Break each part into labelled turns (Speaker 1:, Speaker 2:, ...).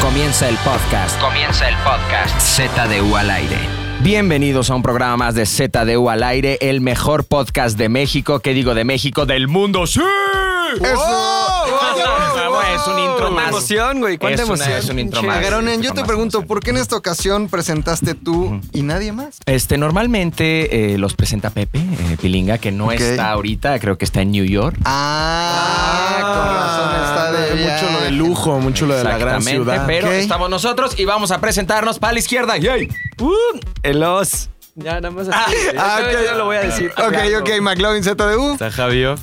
Speaker 1: Comienza el podcast.
Speaker 2: Comienza el podcast
Speaker 1: ZDU al aire. Bienvenidos a un programa más de ZDU al aire, el mejor podcast de México, que digo de México, del mundo. ¡Sí! Ah, bueno, es un intro
Speaker 3: Una
Speaker 1: más.
Speaker 3: emoción, güey. ¿Cuánta
Speaker 1: Es una-
Speaker 3: emoción?
Speaker 1: es un intro
Speaker 3: Pinche
Speaker 1: más.
Speaker 3: garón.
Speaker 1: Sí,
Speaker 4: Garonen, yo
Speaker 1: con
Speaker 4: te
Speaker 1: más
Speaker 4: pregunto,
Speaker 1: emoción.
Speaker 4: ¿por qué en esta ocasión presentaste tú y nadie más?
Speaker 1: Este, normalmente eh, los presenta Pepe eh, Pilinga, que no
Speaker 4: Ok.
Speaker 1: está ahorita, creo que está en New York.
Speaker 4: Ah, con razón está de
Speaker 5: mucho lo de lujo, mucho lo de la gran
Speaker 1: Exactamente,
Speaker 5: ciudad.
Speaker 1: pero
Speaker 4: Ok.
Speaker 1: estamos nosotros y vamos a presentarnos para la izquierda. ¡Yay!
Speaker 3: El os. Ya, nada más así. Ah,
Speaker 4: ok.
Speaker 3: yo lo voy a decir.
Speaker 4: Ok, ok, McLovin ZDU.
Speaker 3: Está Javio.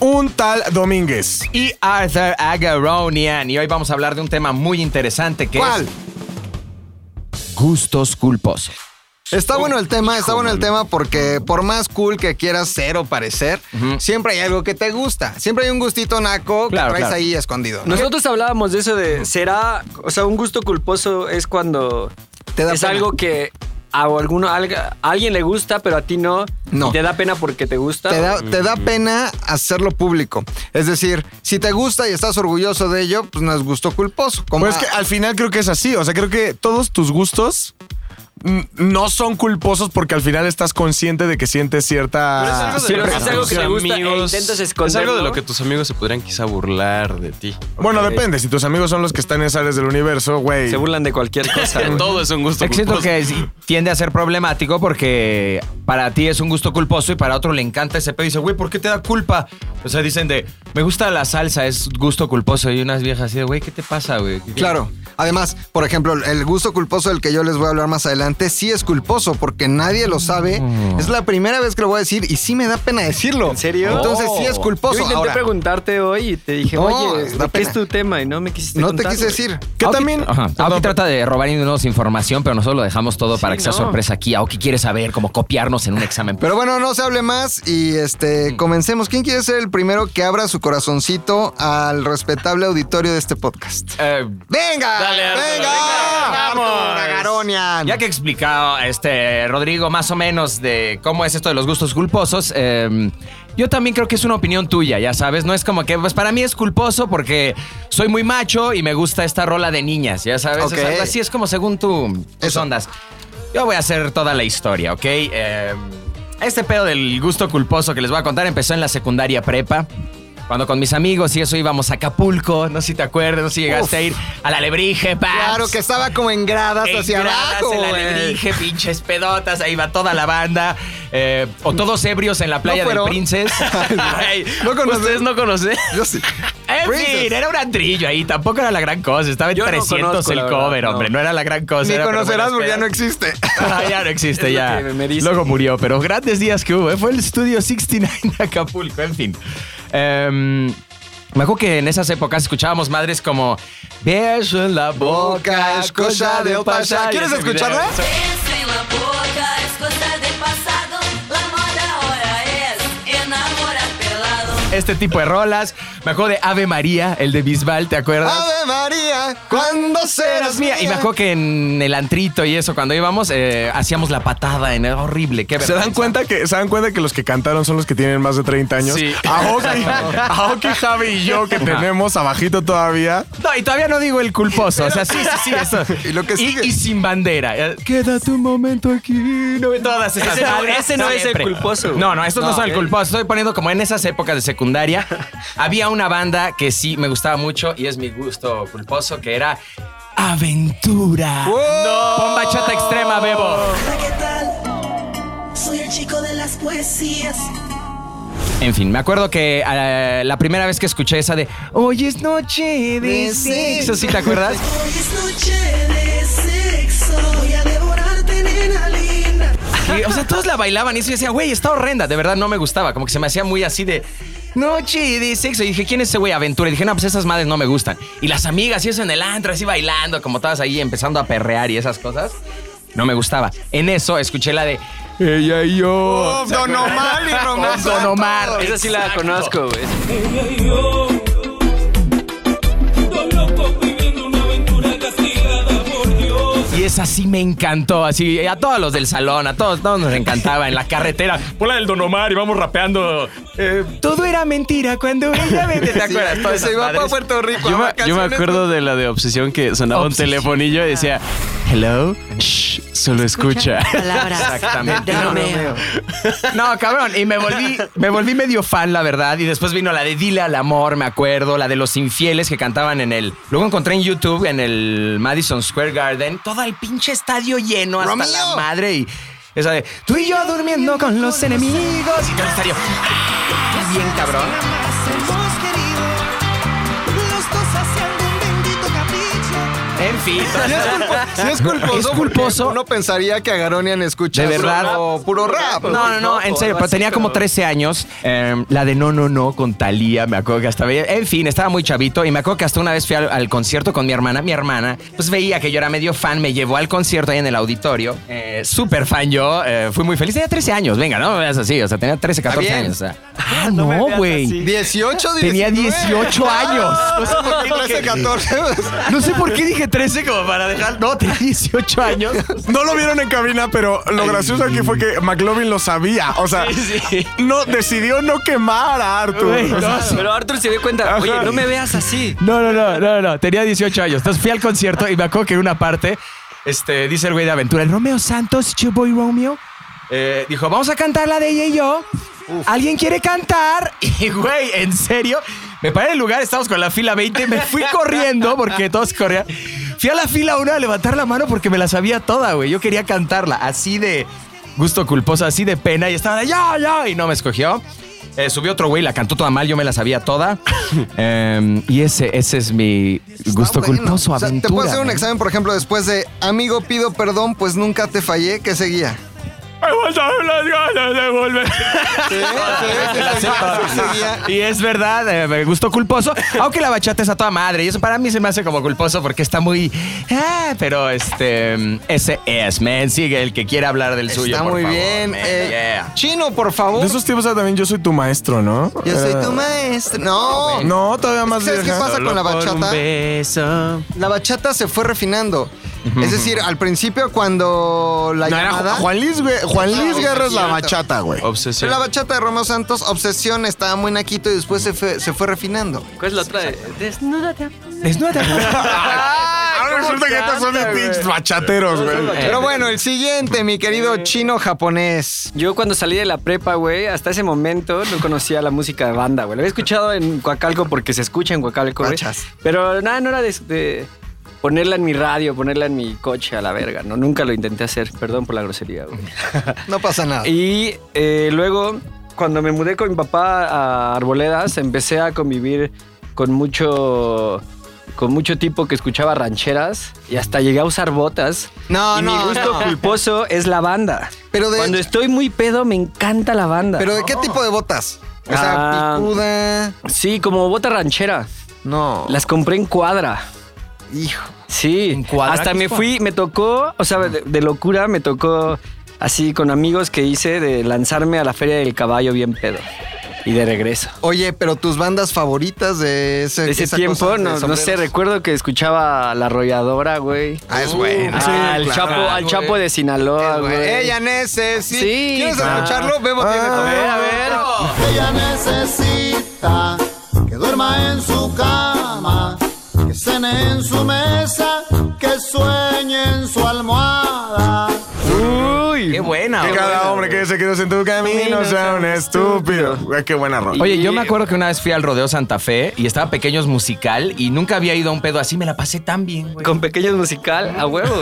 Speaker 5: Un tal Domínguez.
Speaker 1: Y Arthur Agaronian. Y hoy vamos a hablar de un tema muy interesante que
Speaker 4: ¿Cuál?
Speaker 1: es gustos culposos.
Speaker 4: Está bueno el tema, está bueno el tema porque por más cool que quieras ser o parecer, siempre hay algo que te gusta. Siempre hay un gustito naco
Speaker 1: Claro,
Speaker 4: que traes
Speaker 1: claro.
Speaker 4: ahí escondido. ¿no?
Speaker 3: Nosotros hablábamos de eso de, ¿será, o sea, un gusto culposo es cuando
Speaker 4: Te da
Speaker 3: es
Speaker 4: pena.
Speaker 3: algo que a, alguno, alga- a alguien le gusta, pero a ti no,
Speaker 4: No.
Speaker 3: y te da pena porque te gusta?
Speaker 4: Te da, te da pena hacerlo público. Es decir, si te gusta y estás orgulloso de ello, pues no es gusto culposo. Como
Speaker 5: Pues es que al final creo que es así. O sea, creo que todos tus gustos mm, no son culposos porque al final estás consciente de que sientes cierta.
Speaker 3: Sí, pero es algo que te gusta e
Speaker 6: amigos,
Speaker 3: intentas
Speaker 7: eh,
Speaker 6: Es algo de
Speaker 3: esconderlo.
Speaker 6: lo que tus amigos se podrían quizá burlar de ti.
Speaker 5: Bueno, depende. Si tus amigos son los que están en esas áreas del universo, güey.
Speaker 3: Se burlan de cualquier cosa. güey.
Speaker 6: Todo es un gusto.
Speaker 1: Excepto
Speaker 6: culposo.
Speaker 1: que es- tiende a ser problemático porque para ti es un gusto culposo y para otro le encanta ese pedo y dice, güey, ¿por qué te da culpa? O sea, dicen de, me gusta la salsa, es gusto culposo. Y unas viejas así de, güey, ¿qué te pasa, güey? ¿Qué-
Speaker 4: Claro. Además, por ejemplo, el gusto culposo del que yo les voy a hablar más adelante sí es culposo porque nadie lo sabe.
Speaker 5: Mm.
Speaker 4: Es la primera vez que lo voy a decir y sí me da pena decirlo.
Speaker 3: ¿En serio?
Speaker 4: Entonces sí es culposo.
Speaker 3: Yo intenté
Speaker 4: Ahora,
Speaker 3: preguntarte hoy y te dije,
Speaker 4: No,
Speaker 3: oye,
Speaker 4: da
Speaker 3: ¿de ¿qué
Speaker 4: pena.
Speaker 3: es tu tema? Y no me quisiste
Speaker 4: no te
Speaker 3: contar,
Speaker 4: quise
Speaker 3: güey.
Speaker 4: decir. Ah,
Speaker 5: Que también. Ah,
Speaker 1: Ajá. Ah, Aoki
Speaker 5: Perdón,
Speaker 1: trata de robarnos información, pero nosotros lo dejamos todo para que sea
Speaker 3: no.
Speaker 1: sorpresa aquí. Aoki quiere saber cómo copiarnos en un examen.
Speaker 4: Pero bueno, no se hable más y este comencemos. ¿Quién quiere ser el primero que abra su corazoncito al respetable auditorio de este podcast?
Speaker 1: Eh,
Speaker 4: ¡Venga!
Speaker 6: Dale, Arturo,
Speaker 4: ¡Venga!
Speaker 6: venga,
Speaker 4: Arturo
Speaker 6: vamos.
Speaker 4: Garonian.
Speaker 1: Ya que he explicado, este, Rodrigo, más o menos de cómo es esto de los gustos culposos, eh, yo también creo que es una opinión tuya, ya sabes. No es como que, pues para mí es culposo porque soy muy macho y me gusta esta rola de niñas, ya sabes.
Speaker 4: Ok.
Speaker 1: Es algo así es como según tu, tus
Speaker 4: Eso.
Speaker 1: ondas. Yo voy a hacer toda la historia, ¿ok? Eh, este pedo del gusto culposo que les voy a contar empezó en la secundaria prepa. Cuando con mis amigos y eso íbamos a Acapulco, no sé si te acuerdas, no sé si llegaste
Speaker 4: Uf.
Speaker 1: a ir a la Lebrige,
Speaker 4: Claro que estaba como en gradas hacia
Speaker 1: Engradas
Speaker 4: abajo.
Speaker 1: en la
Speaker 4: güey.
Speaker 1: Alebrije, pinches pedotas, ahí va toda la banda. eh, o todos ebrios en la playa del
Speaker 4: fueron?
Speaker 1: Princess. Ay,
Speaker 4: No conocen-
Speaker 6: Ustedes no conocen.
Speaker 4: Yo sí.
Speaker 1: En
Speaker 4: Princess.
Speaker 1: fin, era un antrillo ahí, tampoco era la gran cosa. Estaba en
Speaker 3: Yo no
Speaker 1: 300
Speaker 3: conozco,
Speaker 1: el
Speaker 3: la
Speaker 1: cover,
Speaker 3: verdad, no.
Speaker 1: hombre, no era la gran cosa.
Speaker 4: Ni
Speaker 1: era, pero
Speaker 4: conocerás porque ya no
Speaker 1: buenas
Speaker 4: existe.
Speaker 1: pedas. Ah, ya no existe,
Speaker 3: Es lo
Speaker 1: ya.
Speaker 3: que me dicen.
Speaker 1: Luego murió, pero grandes días que hubo. ¿eh? Fue el estudio 69 de Acapulco, en fin. Em, me acuerdo que en esas épocas escuchábamos madres como Beso en la boca, es cosa de pasar.
Speaker 4: ¿Quieres escucharla?
Speaker 8: Penso em Lamborghini, as coisas do passado. La moda hora é enamorar pelado.
Speaker 1: este tipo de rolas. Me acuerdo de Ave María, el de Bisbal, ¿te acuerdas?
Speaker 4: Ave María, ¿cuándo serás
Speaker 1: Eras mía. Y me acuerdo que en el antrito y eso, cuando íbamos, eh, hacíamos la patada en el horrible. Qué
Speaker 5: ¿Se dan,
Speaker 1: vergüenza.
Speaker 5: cuenta que, ¿Se dan cuenta que los que cantaron son los que tienen más de 30 años?
Speaker 6: Sí.
Speaker 5: Aoki, Aoki, Javi y yo que tenemos abajito todavía.
Speaker 1: No, y todavía no digo el culposo. O sea, sí, sí, sí, eso.
Speaker 4: Y lo que sigue.
Speaker 1: Y, sin bandera. Eh, Quédate un momento aquí. No me todas esas
Speaker 3: Ese no-
Speaker 1: madres
Speaker 3: ese no es el
Speaker 1: siempre.
Speaker 3: culposo.
Speaker 1: No, no, estos no,
Speaker 3: No,
Speaker 1: son el
Speaker 3: ok.
Speaker 1: culposo. Estoy poniendo como en esas épocas de secundaria. había una banda que sí me gustaba mucho y es mi gusto culposo, que era Aventura. No. Pon bachata extrema, Bebo.
Speaker 9: ¿qué tal? Soy el chico de las poesías.
Speaker 1: En fin, me acuerdo que eh, la primera vez que escuché esa de Hoy es noche de
Speaker 4: De
Speaker 1: sexo,
Speaker 4: sexo".
Speaker 1: ¿sí te acuerdas?
Speaker 9: Hoy es noche de sexo. Voy a devorarte, nena linda.
Speaker 1: Y, o sea, todos la bailaban y eso y yo decía, güey, está horrenda. De verdad, no me gustaba. Como que se me hacía muy así de noche de sexo. Y dije, ¿quién es ese güey? Aventura. Y dije, no, pues esas madres no me gustan. Y las amigas y eso en el antro, así bailando, como todas ahí empezando a perrear y esas cosas. No me gustaba. En eso escuché la de Ella y yo.
Speaker 4: Don Omar y Román
Speaker 1: Don Omar.
Speaker 3: Esa sí la
Speaker 1: Exacto.
Speaker 3: conozco, güey.
Speaker 1: Y es esa sí me encantó. Así, a todos los del salón, a todos, todos nos encantaba. En la carretera, por la del Don Omar y vamos rapeando. eh, todo era mentira cuando ella me... ¿Te acuerdas? Todas
Speaker 4: Se
Speaker 1: esas
Speaker 4: iba
Speaker 1: madres.
Speaker 4: para Puerto Rico.
Speaker 6: Yo me, yo
Speaker 4: a
Speaker 6: me
Speaker 4: vacaciones.
Speaker 6: acuerdo de la de obsesión que sonaba
Speaker 1: Obsesión.
Speaker 6: un telefonillo y decía, hello, shh, solo escucha.
Speaker 2: Palabras.
Speaker 1: Exactamente.
Speaker 2: De Romeo.
Speaker 1: No, cabrón. Y me volví, me volví medio fan, la verdad. Y después vino la de Dile al Amor, me acuerdo. La de los infieles que cantaban en el. Luego encontré en YouTube, en el Madison Square Garden, todo el pinche estadio lleno hasta la madre. Y esa de tú y yo durmiendo con los enemigos. Y todo el estadio. ¡ah! Bien, cabrón.
Speaker 9: Hemos querido los dos haciendo un bendito capricho.
Speaker 1: En fin.
Speaker 4: Sí es culpo- sí es culposo.
Speaker 1: Es
Speaker 4: porque
Speaker 1: culposo.
Speaker 4: Uno pensaría que Agaronian escucha
Speaker 1: De verdad.
Speaker 4: puro, puro rap.
Speaker 1: No, no, no, en serio, pero tenía como 13 años. eh, la de No, no, no con Talía, me acuerdo que hasta veía. En fin, estaba muy chavito y me acuerdo que hasta una vez fui al, al concierto con mi hermana. Mi hermana, pues veía que yo era medio fan, me llevó al concierto ahí en el auditorio. eh, Súper fan yo, eh, fui muy feliz. Tenía 13 años, venga, no me veas así, o sea, tenía 13, 14
Speaker 4: bien.
Speaker 1: años. o sea. Ah, no, güey.
Speaker 4: 18, 19.
Speaker 1: Tenía 18 años.
Speaker 4: O sea, ¿por qué 13, 14.
Speaker 1: No sé por qué dije 13 como para dejar. No, tenía 18 años.
Speaker 5: No lo vieron en cabina, pero lo gracioso aquí fue que McLovin lo sabía. O sea, no decidió no quemar a Arthur.
Speaker 1: Güey,
Speaker 5: O sea,
Speaker 1: no, sí.
Speaker 3: Pero Arthur se dio cuenta,
Speaker 5: Ajá.
Speaker 3: oye, no me veas así.
Speaker 1: No, no, no, no, no. Tenía 18 años. Entonces fui al concierto y me acuerdo que en una parte, este, dice el güey de aventura, el Romeo Santos, yo voy Romeo. eh, dijo, vamos a cantar la de ella y yo. ¿Alguien quiere cantar? Y güey, en serio, me paré en el lugar, estábamos con la fila 20, me fui corriendo porque todos corrían. Fui a la fila 1 a levantar la mano porque me la sabía toda, güey. Yo quería cantarla así de gusto culposo, así de pena y estaba de ya, ya, y no me escogió. Eh, subió otro güey, la cantó toda mal, yo me la sabía toda. Em, y ese, ese es mi gusto
Speaker 4: Bueno,
Speaker 1: culposo,
Speaker 4: o sea,
Speaker 1: aventura.
Speaker 4: Te puedo hacer un
Speaker 1: güey.
Speaker 4: examen, por ejemplo, después de Amigo, pido perdón, pues nunca te fallé. ¿Qué seguía?
Speaker 1: Y es verdad, eh, me gustó culposo. Aunque la bachata es a toda madre. Y eso para mí se me hace como culposo porque está muy. ah, pero este. mm, Ese es, man. Sigue el que quiera hablar del suyo.
Speaker 4: Está
Speaker 1: por
Speaker 4: muy
Speaker 1: favor,
Speaker 4: bien.
Speaker 1: man.
Speaker 4: Eh,
Speaker 1: Yeah.
Speaker 4: Chino, por favor.
Speaker 5: De esos tiempos era también yo soy tu maestro, ¿no?
Speaker 4: Yo soy
Speaker 5: Era-
Speaker 4: tu maestro. No.
Speaker 5: No, todavía más
Speaker 4: ¿Sabes qué
Speaker 5: vieja.
Speaker 4: pasa con la
Speaker 6: Solo por un
Speaker 4: bachata?
Speaker 6: beso.
Speaker 4: La bachata se fue refinando. Es decir, al principio cuando la
Speaker 5: No, era
Speaker 4: llamada...
Speaker 5: Ju- Juan Luis, Gue- Juan Luis
Speaker 4: Ah,
Speaker 5: Guerra es la
Speaker 4: cierto.
Speaker 5: bachata, güey.
Speaker 6: Obsesión.
Speaker 4: La bachata de Romeo Santos, Obsesión, estaba muy naquito y después se fue, se fue refinando.
Speaker 3: ¿Cuál es la otra? de- Desnúdate.
Speaker 1: Desnúdate.
Speaker 5: Ahora resulta que estos son de pinches bachateros, güey.
Speaker 4: Pero bueno, el siguiente, mi querido chino japonés.
Speaker 3: Yo cuando salí de la prepa, güey, hasta ese momento no conocía la música de banda, güey. La había escuchado en Coacalco porque se escucha en Coacalco, güey.
Speaker 4: Guachas.
Speaker 3: Pero nada, no era de, de ponerla en mi radio, ponerla en mi coche a la verga, ¿no? Nunca lo intenté hacer, perdón por la grosería, güey.
Speaker 4: No pasa nada.
Speaker 3: Y eh, luego, cuando me mudé con mi papá a Arboledas, empecé a convivir con mucho... Con mucho tipo que escuchaba rancheras y hasta llegué a usar botas.
Speaker 4: No,
Speaker 3: y
Speaker 4: Ah, no,
Speaker 3: Mi gusto
Speaker 4: no.
Speaker 3: culposo es la banda.
Speaker 4: Pero de-
Speaker 3: Cuando estoy muy pedo, me encanta la banda.
Speaker 4: ¿Pero de qué tipo de botas? O sea,
Speaker 3: Ah.
Speaker 4: picuda.
Speaker 3: Sí, como bota ranchera.
Speaker 4: No.
Speaker 3: Las compré en cuadra.
Speaker 4: Hijo.
Speaker 3: Sí.
Speaker 1: ¿En cuadra?
Speaker 3: Hasta
Speaker 1: ¿Qué
Speaker 3: me
Speaker 1: es
Speaker 3: fui, me tocó, o sea, de, de locura, me tocó así con amigos que hice de lanzarme a la Feria del Caballo bien pedo. Y de regreso.
Speaker 4: Oye, pero tus bandas favoritas de ese,
Speaker 3: De ese
Speaker 4: esa
Speaker 3: tiempo,
Speaker 4: cosa de
Speaker 3: no, no
Speaker 4: sombreros.
Speaker 3: sé, recuerdo que escuchaba a La Arrolladora, güey.
Speaker 4: Ah, es bueno.
Speaker 3: Ah, al, chapo, al Chapo de Sinaloa, güey.
Speaker 4: Ella necesita.
Speaker 3: Sí,
Speaker 4: ¿Quieres
Speaker 3: claro.
Speaker 4: escucharlo? Bebo tiene
Speaker 5: Ah,
Speaker 4: como-
Speaker 5: a ver,
Speaker 3: a ver.
Speaker 1: oh,
Speaker 10: Ella necesita que duerma en su cama, que cene en su mesa, que sueñe en su almohada.
Speaker 1: Qué buena.
Speaker 5: Que
Speaker 1: güey.
Speaker 5: cada hombre que se quedó en tu camino sea un estúpido. Güey, qué buena rola.
Speaker 1: Oye, yo me acuerdo que una vez fui al Rodeo Santa Fe y estaba pequeños musical y nunca había ido a un pedo así. Me la pasé tan bien, güey.
Speaker 3: Con pequeños musical, a huevo.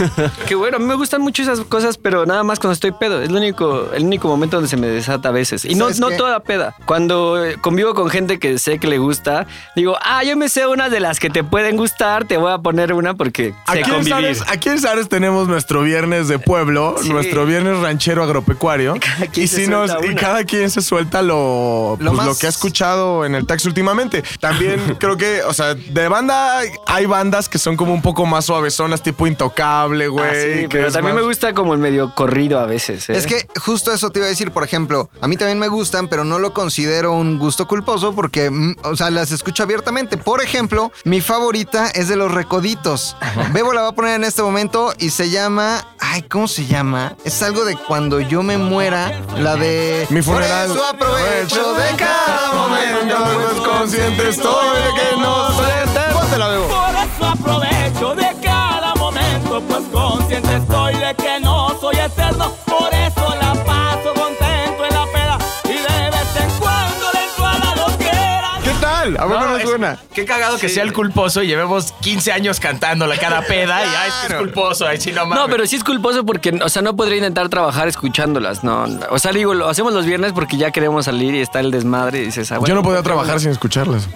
Speaker 3: Qué bueno, a mí me gustan mucho esas cosas, pero nada más cuando estoy pedo. Es lo único, el único momento donde se me desata a veces. Y no,
Speaker 4: ¿Sabes
Speaker 3: no
Speaker 4: qué?
Speaker 3: toda peda. Cuando eh, convivo con gente que sé que le gusta, digo, ah, yo me sé una de las que te pueden gustar, te voy a poner una porque sé
Speaker 5: Aquí en,
Speaker 3: convivir.
Speaker 5: Sares, aquí en Sares tenemos nuestro viernes de pueblo,
Speaker 3: Sí.
Speaker 5: nuestro viernes ranchero noticiero agropecuario.
Speaker 3: quien
Speaker 5: Y,
Speaker 3: se
Speaker 5: si nos,
Speaker 3: suelta
Speaker 5: y
Speaker 3: una.
Speaker 5: cada quien se suelta lo,
Speaker 4: Lo
Speaker 5: pues, lo
Speaker 4: más-
Speaker 5: que ha escuchado en el taxi últimamente. También creo que, o sea, de banda hay bandas que son como un poco más suavezonas, tipo intocable, güey.
Speaker 3: Ah, sí,
Speaker 5: que
Speaker 3: pero
Speaker 5: es
Speaker 3: también
Speaker 5: más-
Speaker 3: me gusta como el medio corrido a veces. ¿eh?
Speaker 4: Es que justo eso te iba a decir, por ejemplo, a mí también me gustan, pero no lo considero un gusto culposo porque, mm, o sea, las escucho abiertamente. Por ejemplo, mi favorita es de los recoditos. Bebo la va a poner en este momento y se llama, ay, ¿cómo se llama? Es algo de cuando yo me muera, la de
Speaker 5: Mi funeral.
Speaker 4: Por eso aprovecho de cada momento.
Speaker 5: pues, consciente estoy de que no sé te- Póntela, Bebo.
Speaker 2: Por eso aprovecho de cada momento, pues consciente estoy de que no soy eterno. Por eso la paso contento en la peda y de vez en cuando le entro a la loquera.
Speaker 5: ¿Qué tal? ¿A poco no,
Speaker 1: No,
Speaker 5: es
Speaker 1: es-
Speaker 5: buena?
Speaker 1: Qué cagado que sea el culposo y llevemos 15 años cantándola cada peda y ah, este es culposo, ahí sí no mames.
Speaker 3: No, pero sí es culposo porque, o sea, no podría intentar trabajar escuchándolas, no. no. O sea, digo, lo hacemos los viernes porque ya queremos salir y está el desmadre y dices, ah, bueno,
Speaker 5: Yo no podía trabajar sin escucharlas.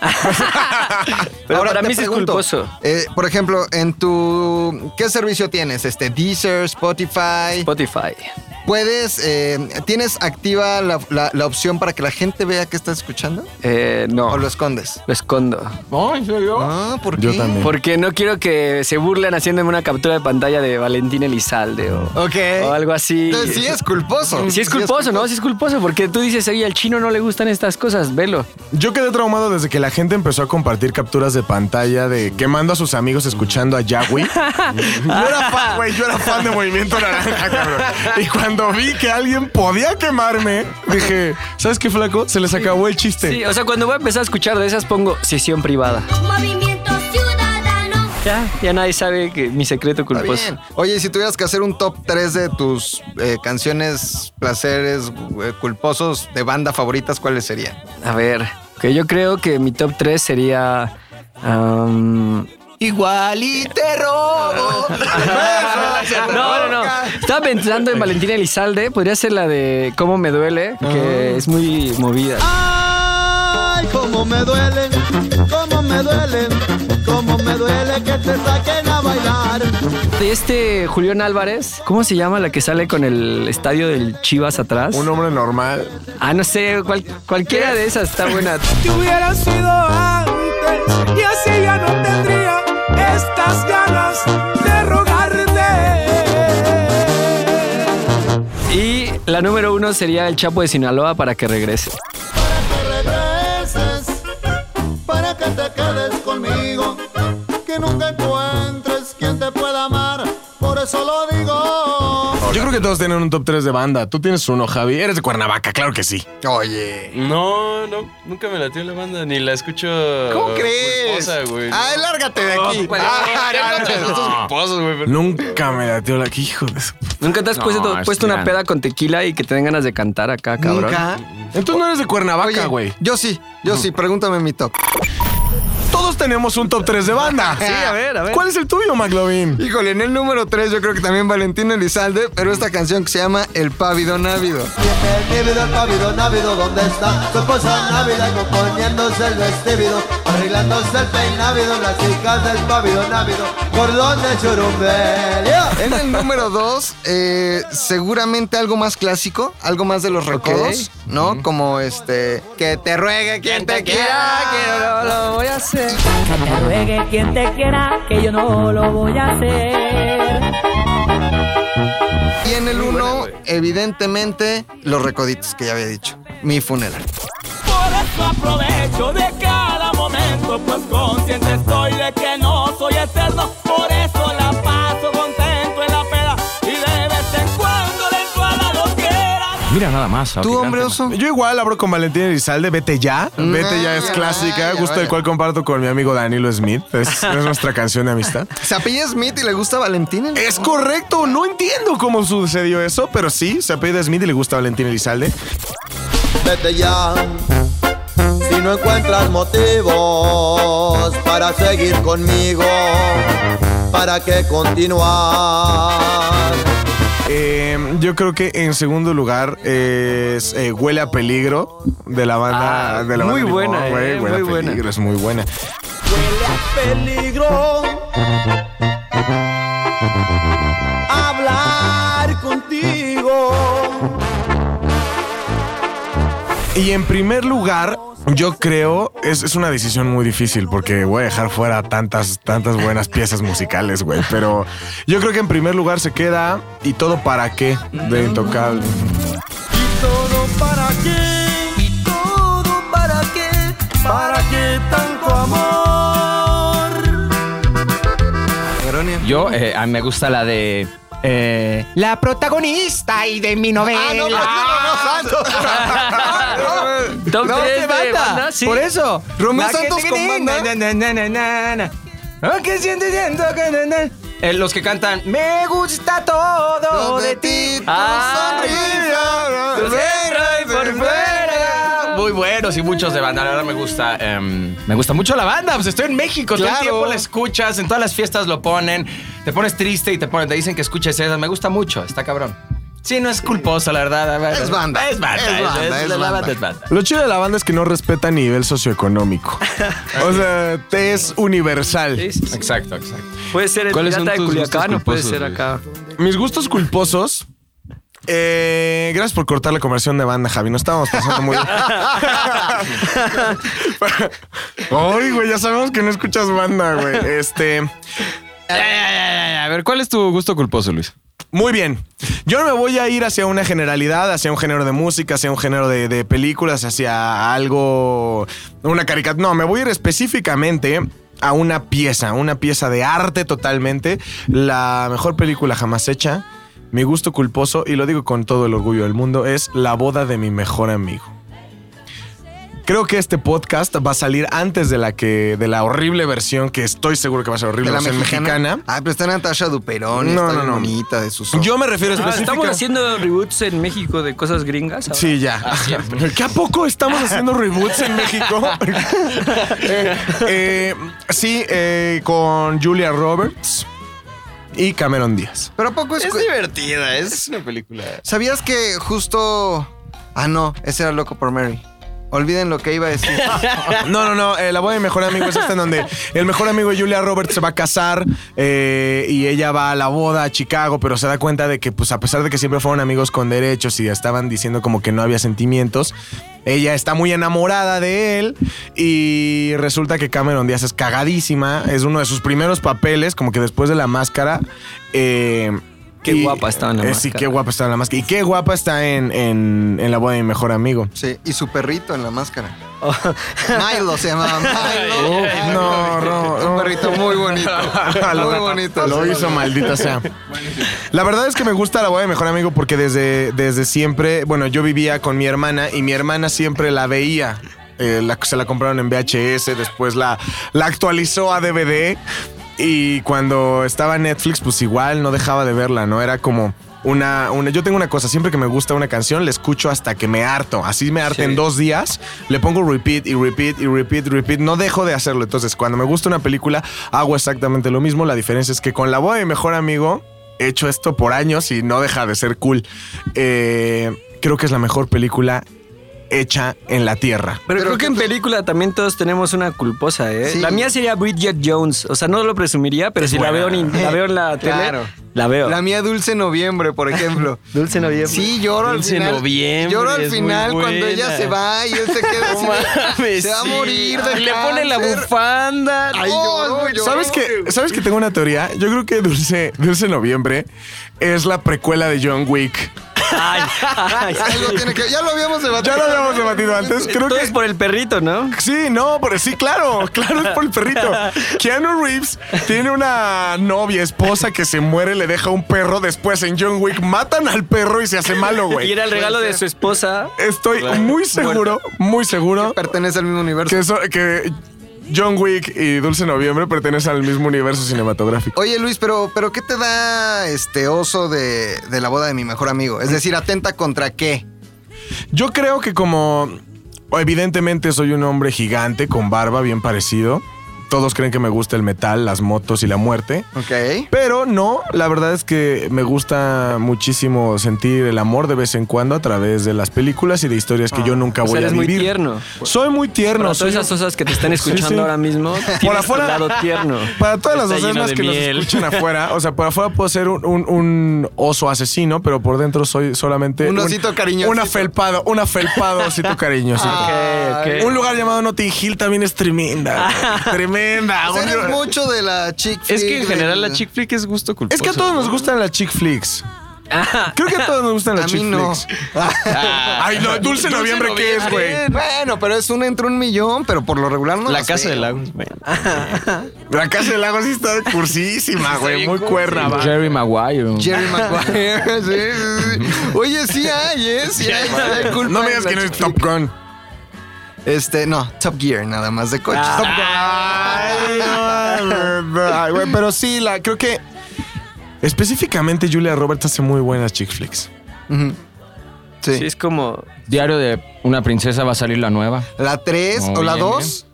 Speaker 3: Pero
Speaker 4: Ahora
Speaker 3: para
Speaker 4: te
Speaker 3: mí sí es
Speaker 4: pregunto,
Speaker 3: culposo.
Speaker 4: eh, por ejemplo, en tu. ¿Qué servicio tienes? Este, Deezer, Spotify.
Speaker 3: Spotify.
Speaker 4: ¿Puedes. eh, ¿Tienes activa la, la- la opción para que la gente vea que estás escuchando?
Speaker 3: Eh, no,
Speaker 4: ¿O lo
Speaker 3: lo
Speaker 4: escondes?
Speaker 3: escondo.
Speaker 4: Ah, ¿por qué?
Speaker 5: Yo también.
Speaker 3: Porque no quiero que se burlen haciéndome una captura de pantalla de Valentín Elizalde o,
Speaker 4: Ok.
Speaker 3: o algo así.
Speaker 4: Entonces, sí es culposo.
Speaker 3: Sí es culposo, ¿no? Sí es culposo porque tú dices, oye, al chino no le gustan estas cosas, velo.
Speaker 5: Yo quedé traumado desde que la gente empezó a compartir capturas de pantalla de quemando a sus amigos escuchando a Yahweh. yo era fan, güey, yo era fan de Movimiento Naranja, cabrón. Y cuando vi que alguien podía quemarme, dije, ¿sabes qué, flaco? Se les acabó el chiste.
Speaker 3: Sí, o sea, cuando voy a empezar a escuchar de esas pongo sesión privada.
Speaker 8: Movimiento Ciudadano.
Speaker 3: Ya, ya nadie sabe que mi secreto
Speaker 4: Está
Speaker 3: culposo.
Speaker 4: bien. Oye, y si tuvieras que hacer un top 3 de tus eh, canciones, placeres, eh, culposos de banda favoritas, ¿cuáles serían?
Speaker 3: A ver, que yo creo que mi top 3 sería... um, am,
Speaker 4: Igual y te robo.
Speaker 3: no, no, no. Estaba pensando en Valentina Elizalde. Podría ser la de Cómo me duele,
Speaker 4: Ah.
Speaker 3: que es muy movida.
Speaker 10: Ay, cómo me duelen, cómo me duelen, cómo me duele que te saquen a bailar.
Speaker 3: De este Julián Álvarez, ¿cómo se llama la que sale con el estadio del Chivas atrás?
Speaker 5: Un hombre normal.
Speaker 3: Ah, no sé, cual- cualquiera de esas está buena.
Speaker 2: Te hubiera sido antes y así ya no tendría estas ganas de rogarte.
Speaker 3: Y la número uno sería El Chapo de Sinaloa para que regrese.
Speaker 10: Que regreses, para que te quedes conmigo, que nunca encuentres quien te pueda amar, por eso lo digo.
Speaker 5: Yo creo que todos tienen un top 3 de banda. Tú tienes uno, Javi. Eres de Cuernavaca, claro que sí.
Speaker 4: Oye.
Speaker 7: No, no, nunca me latió la banda, ni la escucho.
Speaker 4: ¿Cómo crees?
Speaker 7: culposa, güey.
Speaker 4: Ay, lárgate de aquí. Ah, no, no, no.
Speaker 7: Culposos, güey, pero-
Speaker 5: Nunca me latió la... ¡Qué hijo de su-
Speaker 3: ¿Nunca te has puesto, puesto una peda con tequila y que te den ganas de cantar acá, cabrón?
Speaker 4: Nunca.
Speaker 5: Entonces no eres de Cuernavaca, güey.
Speaker 4: Yo sí, yo sí, pregúntame mi top.
Speaker 5: Todos tenemos un top 3 de banda. Sí,
Speaker 4: a
Speaker 5: ver, a ver. ¿Cuál es el tuyo, McLovin?
Speaker 4: Híjole, en el número 3 yo creo que también Valentín Elizalde, pero esta canción que se llama El Pávido Návido.
Speaker 10: Y el nívido, el pávido, návido, ¿dónde está? Su esposa návida componiéndose el vestívido, arreglándose el peinávido, las chicas del pávido, návido, cordón de churumbel. ¡Yeah!
Speaker 4: En el número 2, seguramente algo más clásico, algo más de los recodos, ¿no? Como este, que te ruegue quien te quiera.
Speaker 3: Ah, lo voy a hacer.
Speaker 2: Que te ruegue quien te quiera, que yo no lo voy a hacer.
Speaker 4: que- Y en el 1, evidentemente, los recoditos que ya había dicho. Mi funeral.
Speaker 2: Por eso aprovecho de cada momento, pues consciente estoy de que no soy eterno. Por eso la paso contento en la peda y de vez en cuando le entro a la loquera.
Speaker 1: Mira nada más.
Speaker 4: ¿Tú, hombre
Speaker 1: oso?
Speaker 4: oso?
Speaker 5: Yo igual abro con Valentín Elizalde, Vete Ya. Vete Ya es
Speaker 4: ya,
Speaker 5: clásica,
Speaker 4: ya,
Speaker 5: gusto
Speaker 4: vaya.
Speaker 5: del cual comparto con mi amigo Danilo Smith. Es, es nuestra canción de amistad.
Speaker 4: ¿Se apellida Smith y le gusta Valentín?
Speaker 2: Eh,
Speaker 5: Es correcto, no entiendo cómo sucedió eso, pero sí, se apellida Smith y le gusta Valentín Elizalde.
Speaker 10: Vete ya. Si no encuentras motivos para seguir conmigo, para que continuar.
Speaker 5: Eh, yo creo que en segundo lugar es eh, Huele a Peligro de la banda.
Speaker 3: Ah,
Speaker 5: de la
Speaker 3: muy
Speaker 5: banda Limón,
Speaker 3: buena,
Speaker 5: güey,
Speaker 3: eh,
Speaker 5: Huele
Speaker 3: muy
Speaker 5: a
Speaker 3: buena.
Speaker 5: Peligro, es muy buena.
Speaker 10: Huele a peligro. Hablar contigo.
Speaker 5: Y en primer lugar, yo creo, es, es una decisión muy difícil porque voy a dejar fuera tantas, tantas buenas piezas musicales, güey. Pero yo creo que en primer lugar se queda y todo para qué de Intocable.
Speaker 2: todo para qué? ¿Y todo para qué? ¿Para qué tanto amor?
Speaker 1: Yo, eh, a mí me gusta la de. eh, la protagonista y de mi novela.
Speaker 4: no, pues, no, no, Santos.
Speaker 3: Top
Speaker 1: No,
Speaker 3: tres
Speaker 1: ¿qué
Speaker 3: de
Speaker 1: banda?
Speaker 3: banda, sí.
Speaker 1: Por eso.
Speaker 4: Romeo
Speaker 1: La que
Speaker 4: Santos
Speaker 1: te-
Speaker 4: con banda.
Speaker 1: na, na, na, na, na, na. Ah, que siente, siento que na, na. Eh, los que cantan Me gusta todo de ti.
Speaker 4: Ah,
Speaker 1: tu sonrisa, por fuera. Muy buenos y muchos de banda. La verdad me gusta. em, me gusta mucho la banda. Pues estoy en México. Todo el
Speaker 4: Claro.
Speaker 1: tiempo la escuchas. En todas las fiestas lo ponen. Te pones triste y te ponen, te dicen que escuches eso. Me gusta mucho. Está cabrón. Sí, no es culposo, la verdad. A ver,
Speaker 4: Es banda.
Speaker 1: Es banda.
Speaker 4: Es banda, es
Speaker 1: la
Speaker 4: banda.
Speaker 1: es banda.
Speaker 5: Lo chido de la banda es que no respeta nivel socioeconómico. O sea, te es universal.
Speaker 1: Exacto, exacto.
Speaker 3: Puede ser el
Speaker 7: ¿Cuáles son
Speaker 3: pirata de
Speaker 7: tus gustos
Speaker 3: Culiacán o puede
Speaker 7: culposos,
Speaker 3: ser
Speaker 7: güey?
Speaker 3: acá.
Speaker 5: Mis gustos culposos. eh, gracias por cortar la conversión de banda, Javi. No estábamos pasando muy bien. Ay, güey, ya sabemos que no escuchas banda, güey. Este.
Speaker 7: Eh, A ver, ¿cuál es tu gusto culposo, Luis?
Speaker 5: Muy bien. Yo no me voy a ir hacia una generalidad, hacia un género de música, hacia un género de, de películas, hacia algo, una caricatura. No, me voy a ir específicamente a una pieza, una pieza de arte totalmente. La mejor película jamás hecha. Mi gusto culposo, y lo digo con todo el orgullo del mundo, es La boda de mi mejor amigo. Creo que este podcast va a salir antes de la que de la horrible versión que estoy seguro que va a ser horrible,
Speaker 4: De la
Speaker 5: versión
Speaker 4: mexicana.
Speaker 5: mexicana.
Speaker 4: Ay, pero está Natasha Duperón.
Speaker 5: No,
Speaker 4: está
Speaker 5: no,
Speaker 4: bien
Speaker 5: no.
Speaker 4: bonita de sus
Speaker 5: Yo me refiero
Speaker 3: Ah,
Speaker 5: específicamente.
Speaker 3: estamos haciendo reboots en México de cosas gringas. ahora?
Speaker 5: Sí, ya. ¿Qué a poco estamos haciendo reboots en México? Eh, eh, sí, eh, con Julia Roberts y Cameron Díaz.
Speaker 4: Pero ¿a poco es.
Speaker 7: Es
Speaker 4: cu-
Speaker 7: divertida, es una película.
Speaker 4: ¿Sabías que justo. Ah, no, ese era loco por Mary. Olviden lo que iba a decir.
Speaker 5: No, no, no. eh, la boda de mejor amigo es esta en donde el mejor amigo de Julia Roberts se va a casar eh, y ella va a la boda a Chicago, pero se da cuenta de que, pues, a pesar de que siempre fueron amigos con derechos y estaban diciendo como que no había sentimientos, ella está muy enamorada de él y resulta que Cameron Díaz es cagadísima. Es uno de sus primeros papeles, como que después de la máscara. eh,
Speaker 3: Qué guapa estaba en la
Speaker 5: eh, Sí,
Speaker 3: máscara.
Speaker 5: qué guapa está en la máscara. Y qué guapa está en, en- en la boda de mi mejor amigo.
Speaker 4: Sí, y su perrito en la máscara. Milo se llamaba Milo.
Speaker 5: no, no,
Speaker 4: Un perrito muy bonito. Muy bonito.
Speaker 5: Lo hizo, maldita sea. La verdad es que me gusta la boda de mejor amigo porque desde, desde siempre, bueno, yo vivía con mi hermana y mi hermana siempre la veía. Eh, la- se la compraron en VHS, después la, la actualizó a DVD y cuando estaba en Netflix, pues igual no dejaba de verla, ¿no? Era como una, una... Yo tengo una cosa, siempre que me gusta una canción, la escucho hasta que me harto. Así me harto en dos días, le pongo repeat y repeat y repeat, repeat. No dejo de hacerlo. Entonces, cuando me gusta una película, hago exactamente lo mismo. La diferencia es que con la voz de mi mejor amigo, he hecho esto por años y no deja de ser cool. Eh, creo que es la mejor película hecha en la Tierra.
Speaker 3: Pero,
Speaker 4: Pero
Speaker 3: creo que en película también todos tenemos una culposa, ¿eh?
Speaker 4: Sí.
Speaker 3: La mía sería Bridget Jones. O sea, no lo presumiría, pero si la veo, en, la veo en la tele,
Speaker 4: Claro.
Speaker 3: la veo.
Speaker 4: La mía Dulce Noviembre, por ejemplo.
Speaker 3: Dulce Noviembre.
Speaker 4: Sí, lloro
Speaker 7: Dulce
Speaker 4: al final.
Speaker 7: Noviembre
Speaker 4: Lloro al
Speaker 7: es muy
Speaker 4: final cuando
Speaker 7: buena.
Speaker 4: ella se va y él se queda así. de- se va a morir de
Speaker 7: Y le pone la
Speaker 4: cáncer. Ah,
Speaker 7: bufanda.
Speaker 4: Ay, lloró, lloró.
Speaker 5: Oh, ¿Sabes que, ¿Sabes que tengo una teoría? Yo creo que Dulce, Dulce Noviembre es la precuela de John Wick.
Speaker 3: Ay, ay.
Speaker 4: Algo tiene que. Ya lo habíamos debatido.
Speaker 5: Ya lo habíamos debatido antes. Creo
Speaker 3: Todo
Speaker 5: que
Speaker 3: es por el perrito, ¿no?
Speaker 5: Sí, no, pero sí, claro, claro, es por el perrito. Keanu Reeves tiene una novia, esposa que se muere, le deja un perro, después en John Wick matan al perro y se hace malo,
Speaker 3: Y
Speaker 5: güey.
Speaker 3: era el regalo de su esposa.
Speaker 5: Estoy muy seguro, muy seguro
Speaker 4: Pertenece al mismo universo.
Speaker 5: que, eso- que John Wick y Dulce Noviembre pertenecen al mismo universo cinematográfico.
Speaker 4: Oye Luis, pero, pero ¿qué te da este oso de, de la boda de mi mejor amigo? Es decir, atenta contra qué.
Speaker 5: Yo creo que como evidentemente soy un hombre gigante con barba, bien parecido. todos creen que me gusta el metal, las motos y la muerte.
Speaker 4: Ok.
Speaker 5: Pero no, la verdad es que me gusta muchísimo sentir el amor de vez en cuando a través de las películas y de historias que yo nunca
Speaker 3: Ah. O sea,
Speaker 5: voy
Speaker 3: eres
Speaker 5: a
Speaker 3: muy
Speaker 5: vivir.
Speaker 3: tierno.
Speaker 5: Soy muy tierno.
Speaker 3: Para
Speaker 5: soy
Speaker 3: todas esas
Speaker 5: un-
Speaker 3: cosas que te están escuchando
Speaker 5: Sí, sí.
Speaker 3: ahora mismo,
Speaker 5: Por
Speaker 3: tienes
Speaker 5: afuera.
Speaker 3: tu lado tierno.
Speaker 5: Para todas las
Speaker 7: Está lleno
Speaker 5: docenas
Speaker 7: de
Speaker 5: que nos
Speaker 7: miel.
Speaker 5: escuchan afuera, o sea, por afuera puedo ser un, un- un oso asesino, pero por dentro soy solamente
Speaker 4: Un osito cariñosito.
Speaker 5: Una felpado, una felpado osito cariñosito.
Speaker 4: Ok,
Speaker 5: Un lugar llamado Notting Hill también es tremenda. güey. tremenda.
Speaker 4: O sea,
Speaker 5: Un-
Speaker 4: eres mucho de la chick
Speaker 7: Es que en
Speaker 4: flick,
Speaker 7: general
Speaker 4: del-
Speaker 7: la chick flick es gusto culposo.
Speaker 5: Es que a todos nos gustan las chick flicks. Creo que a todos nos gustan
Speaker 4: A
Speaker 5: las chick
Speaker 4: mí no.
Speaker 5: flicks. Ay, no, dulce, noviembre, ¿qué es, güey?
Speaker 4: Bueno, pero es un entre un millón, pero por lo regular no.
Speaker 7: La
Speaker 4: las
Speaker 7: casa
Speaker 4: veo.
Speaker 7: del lago. es buena.
Speaker 5: La casa del lago sí está cursísima, güey. Muy cuerna, va.
Speaker 1: Jerry Maguire.
Speaker 4: Jerry Maguire. sí, sí, sí. Oye, sí hay, ¿eh? Sí hay. sí hay culpa
Speaker 5: No me
Speaker 4: de
Speaker 5: digas
Speaker 4: la
Speaker 5: que no
Speaker 4: chick
Speaker 5: es Top Gun.
Speaker 4: flick. Este, no, Top Gear, nada más de
Speaker 7: Ah,
Speaker 4: coches. Top
Speaker 5: Ay, no, no, ay, güey, pero sí, la, creo que específicamente Julia Roberts hace muy buenas chick flicks.
Speaker 4: Ujú. Sí.
Speaker 3: Sí, es como.
Speaker 1: Diario de una princesa va a salir la nueva.
Speaker 4: La 3
Speaker 1: Muy
Speaker 4: o la
Speaker 1: bien,
Speaker 4: 2.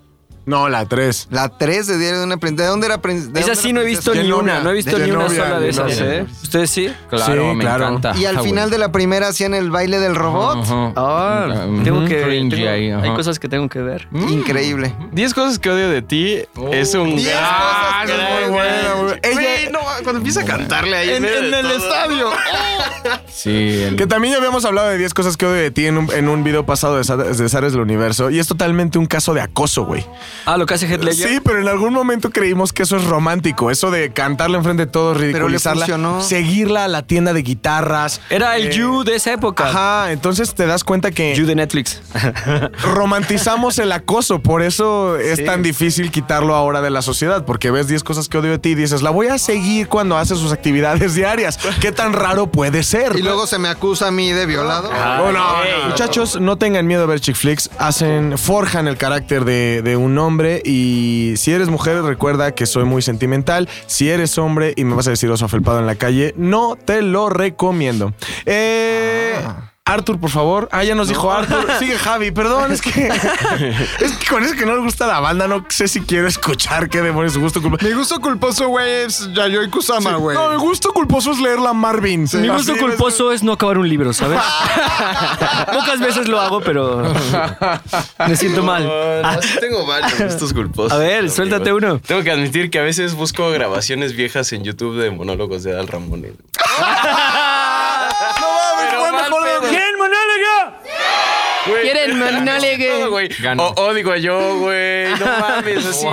Speaker 5: No, la 3.
Speaker 4: La 3 de Diario de una Princesa. ¿De dónde era prin- de
Speaker 3: Esa
Speaker 4: dónde
Speaker 3: sí
Speaker 4: era
Speaker 3: no
Speaker 4: princesa?
Speaker 3: he visto
Speaker 5: De
Speaker 3: ni
Speaker 5: novia,
Speaker 3: una. No he visto
Speaker 4: de
Speaker 3: ni una
Speaker 5: novia,
Speaker 3: sola
Speaker 5: de
Speaker 3: de esas,
Speaker 5: novia.
Speaker 3: ¿eh? ¿Ustedes sí?
Speaker 1: Claro,
Speaker 5: Sí,
Speaker 1: me
Speaker 5: claro.
Speaker 1: encanta.
Speaker 4: Y al
Speaker 1: Ah,
Speaker 4: final de la primera hacían el baile del robot.
Speaker 1: güey. Ajá.
Speaker 3: Ah,
Speaker 1: Mm,
Speaker 3: tengo que.
Speaker 1: cringy
Speaker 3: tengo-
Speaker 1: ahí, ajá.
Speaker 3: hay cosas que tengo que ver.
Speaker 4: Mm. Increíble.
Speaker 7: 10 cosas que odio de ti es un.
Speaker 4: Diez
Speaker 7: Ah,
Speaker 4: cosas que
Speaker 7: gran-
Speaker 4: odio de ti.
Speaker 7: güey. Güey, no, cuando empieza a cantarle ahí. medio de todo.
Speaker 4: estadio.
Speaker 1: Sí, el-
Speaker 5: Que también ya habíamos hablado de 10 cosas que odio de ti en un, en un video pasado de, Sa- de Zares del Universo. Y es totalmente un caso de acoso, güey.
Speaker 3: Ah, lo que hace Heath Ledger.
Speaker 5: Sí, pero en algún momento creímos que eso es romántico. Eso de cantarla enfrente de todos, ridiculizarla.
Speaker 4: funcionó.
Speaker 5: seguirla a la tienda de guitarras.
Speaker 3: Era el
Speaker 5: Eh,
Speaker 3: You de esa época.
Speaker 5: Ajá, entonces te das cuenta que...
Speaker 3: You de Netflix.
Speaker 5: romantizamos el acoso, por eso es tan difícil quitarlo ahora de la sociedad, porque ves 10 cosas que odio de ti y dices, la voy a seguir cuando hace sus actividades diarias. ¿Qué tan raro puede ser?
Speaker 4: Y luego se me acusa a mí de violado.
Speaker 1: Ah,
Speaker 5: No, no, no. Muchachos, no tengan miedo a ver chick flicks. Hacen, forjan el carácter de, de un hombre. Y si eres mujer, recuerda que soy muy sentimental. Si eres hombre y me vas a decir oso afelpado en la calle, no te lo recomiendo. Eh, Arthur, por favor. Ah, ya nos dijo Arthur. Sigue Javi, perdón, es que. es que con eso que no le gusta la banda, no sé si quiero escuchar qué demonios gusto culposo.
Speaker 4: Mi gusto culposo, güey, es Yayoi Kusama, güey.
Speaker 5: No, el gusto culposo es leerla Marvin.
Speaker 3: Mi gusto culposo es no acabar un libro, ¿sabes? Pocas veces lo hago, pero me siento mal.
Speaker 7: Así tengo varios gustos culposos.
Speaker 3: A ver, suéltate uno.
Speaker 7: Tengo que admitir que a veces busco grabaciones viejas en YouTube de monólogos de Dal Ramones. Pero mal pedo. Güey,
Speaker 8: ¿Quieren monólogo?
Speaker 7: todo, güey.
Speaker 1: Gano.
Speaker 7: O, o digo yo, güey. No mames, así.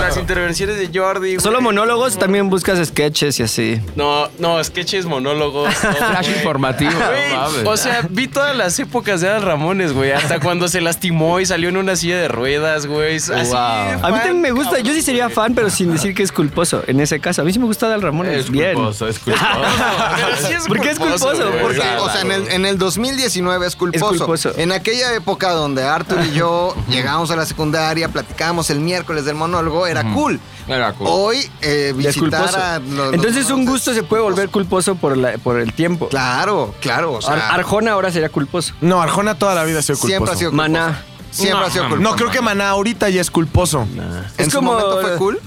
Speaker 7: Las intervenciones de Jordi. güey.
Speaker 3: Solo monólogos, también buscas sketches y así.
Speaker 7: No, no, sketches, monólogos. no,
Speaker 1: Flash
Speaker 7: güey.
Speaker 1: informativo. no
Speaker 7: Güey,
Speaker 1: mames.
Speaker 7: o sea, vi todas las épocas de Adal Ramones, güey. Hasta cuando se lastimó y salió en una silla de ruedas, güey. Así,
Speaker 1: Wow.
Speaker 7: fan,
Speaker 3: A mí también me gusta, yo sí sería fan, pero sin decir que es culposo. En ese caso, a mí sí me gusta Dal Ramones. Bien.
Speaker 7: es culposo.
Speaker 3: ¿Por qué es culposo?
Speaker 7: güey.
Speaker 3: ¿Por
Speaker 4: O sea, o sea, en, el, en el 2019 es culposo.
Speaker 3: culposo.
Speaker 4: En aquella época donde Arthur y yo llegamos a la secundaria, platicábamos el miércoles del monólogo, era cool.
Speaker 1: Era cool.
Speaker 4: Hoy eh,
Speaker 3: Es
Speaker 4: visitar
Speaker 3: culposo.
Speaker 4: a los- los
Speaker 3: Entonces un
Speaker 4: monólogos
Speaker 3: gusto
Speaker 4: es
Speaker 3: se puede volver culposo por, la- por el tiempo.
Speaker 4: Claro, claro. O sea,
Speaker 3: Ar- Arjona ahora sería culposo.
Speaker 5: No, Arjona toda la vida ha sido culposo.
Speaker 4: siempre ha sido culposo.
Speaker 3: Maná.
Speaker 4: Siempre ha sido culposo.
Speaker 5: No, creo que Maná ahorita ya es culposo.
Speaker 4: ¿En
Speaker 3: Es
Speaker 4: su
Speaker 3: como-
Speaker 4: momento fue cool?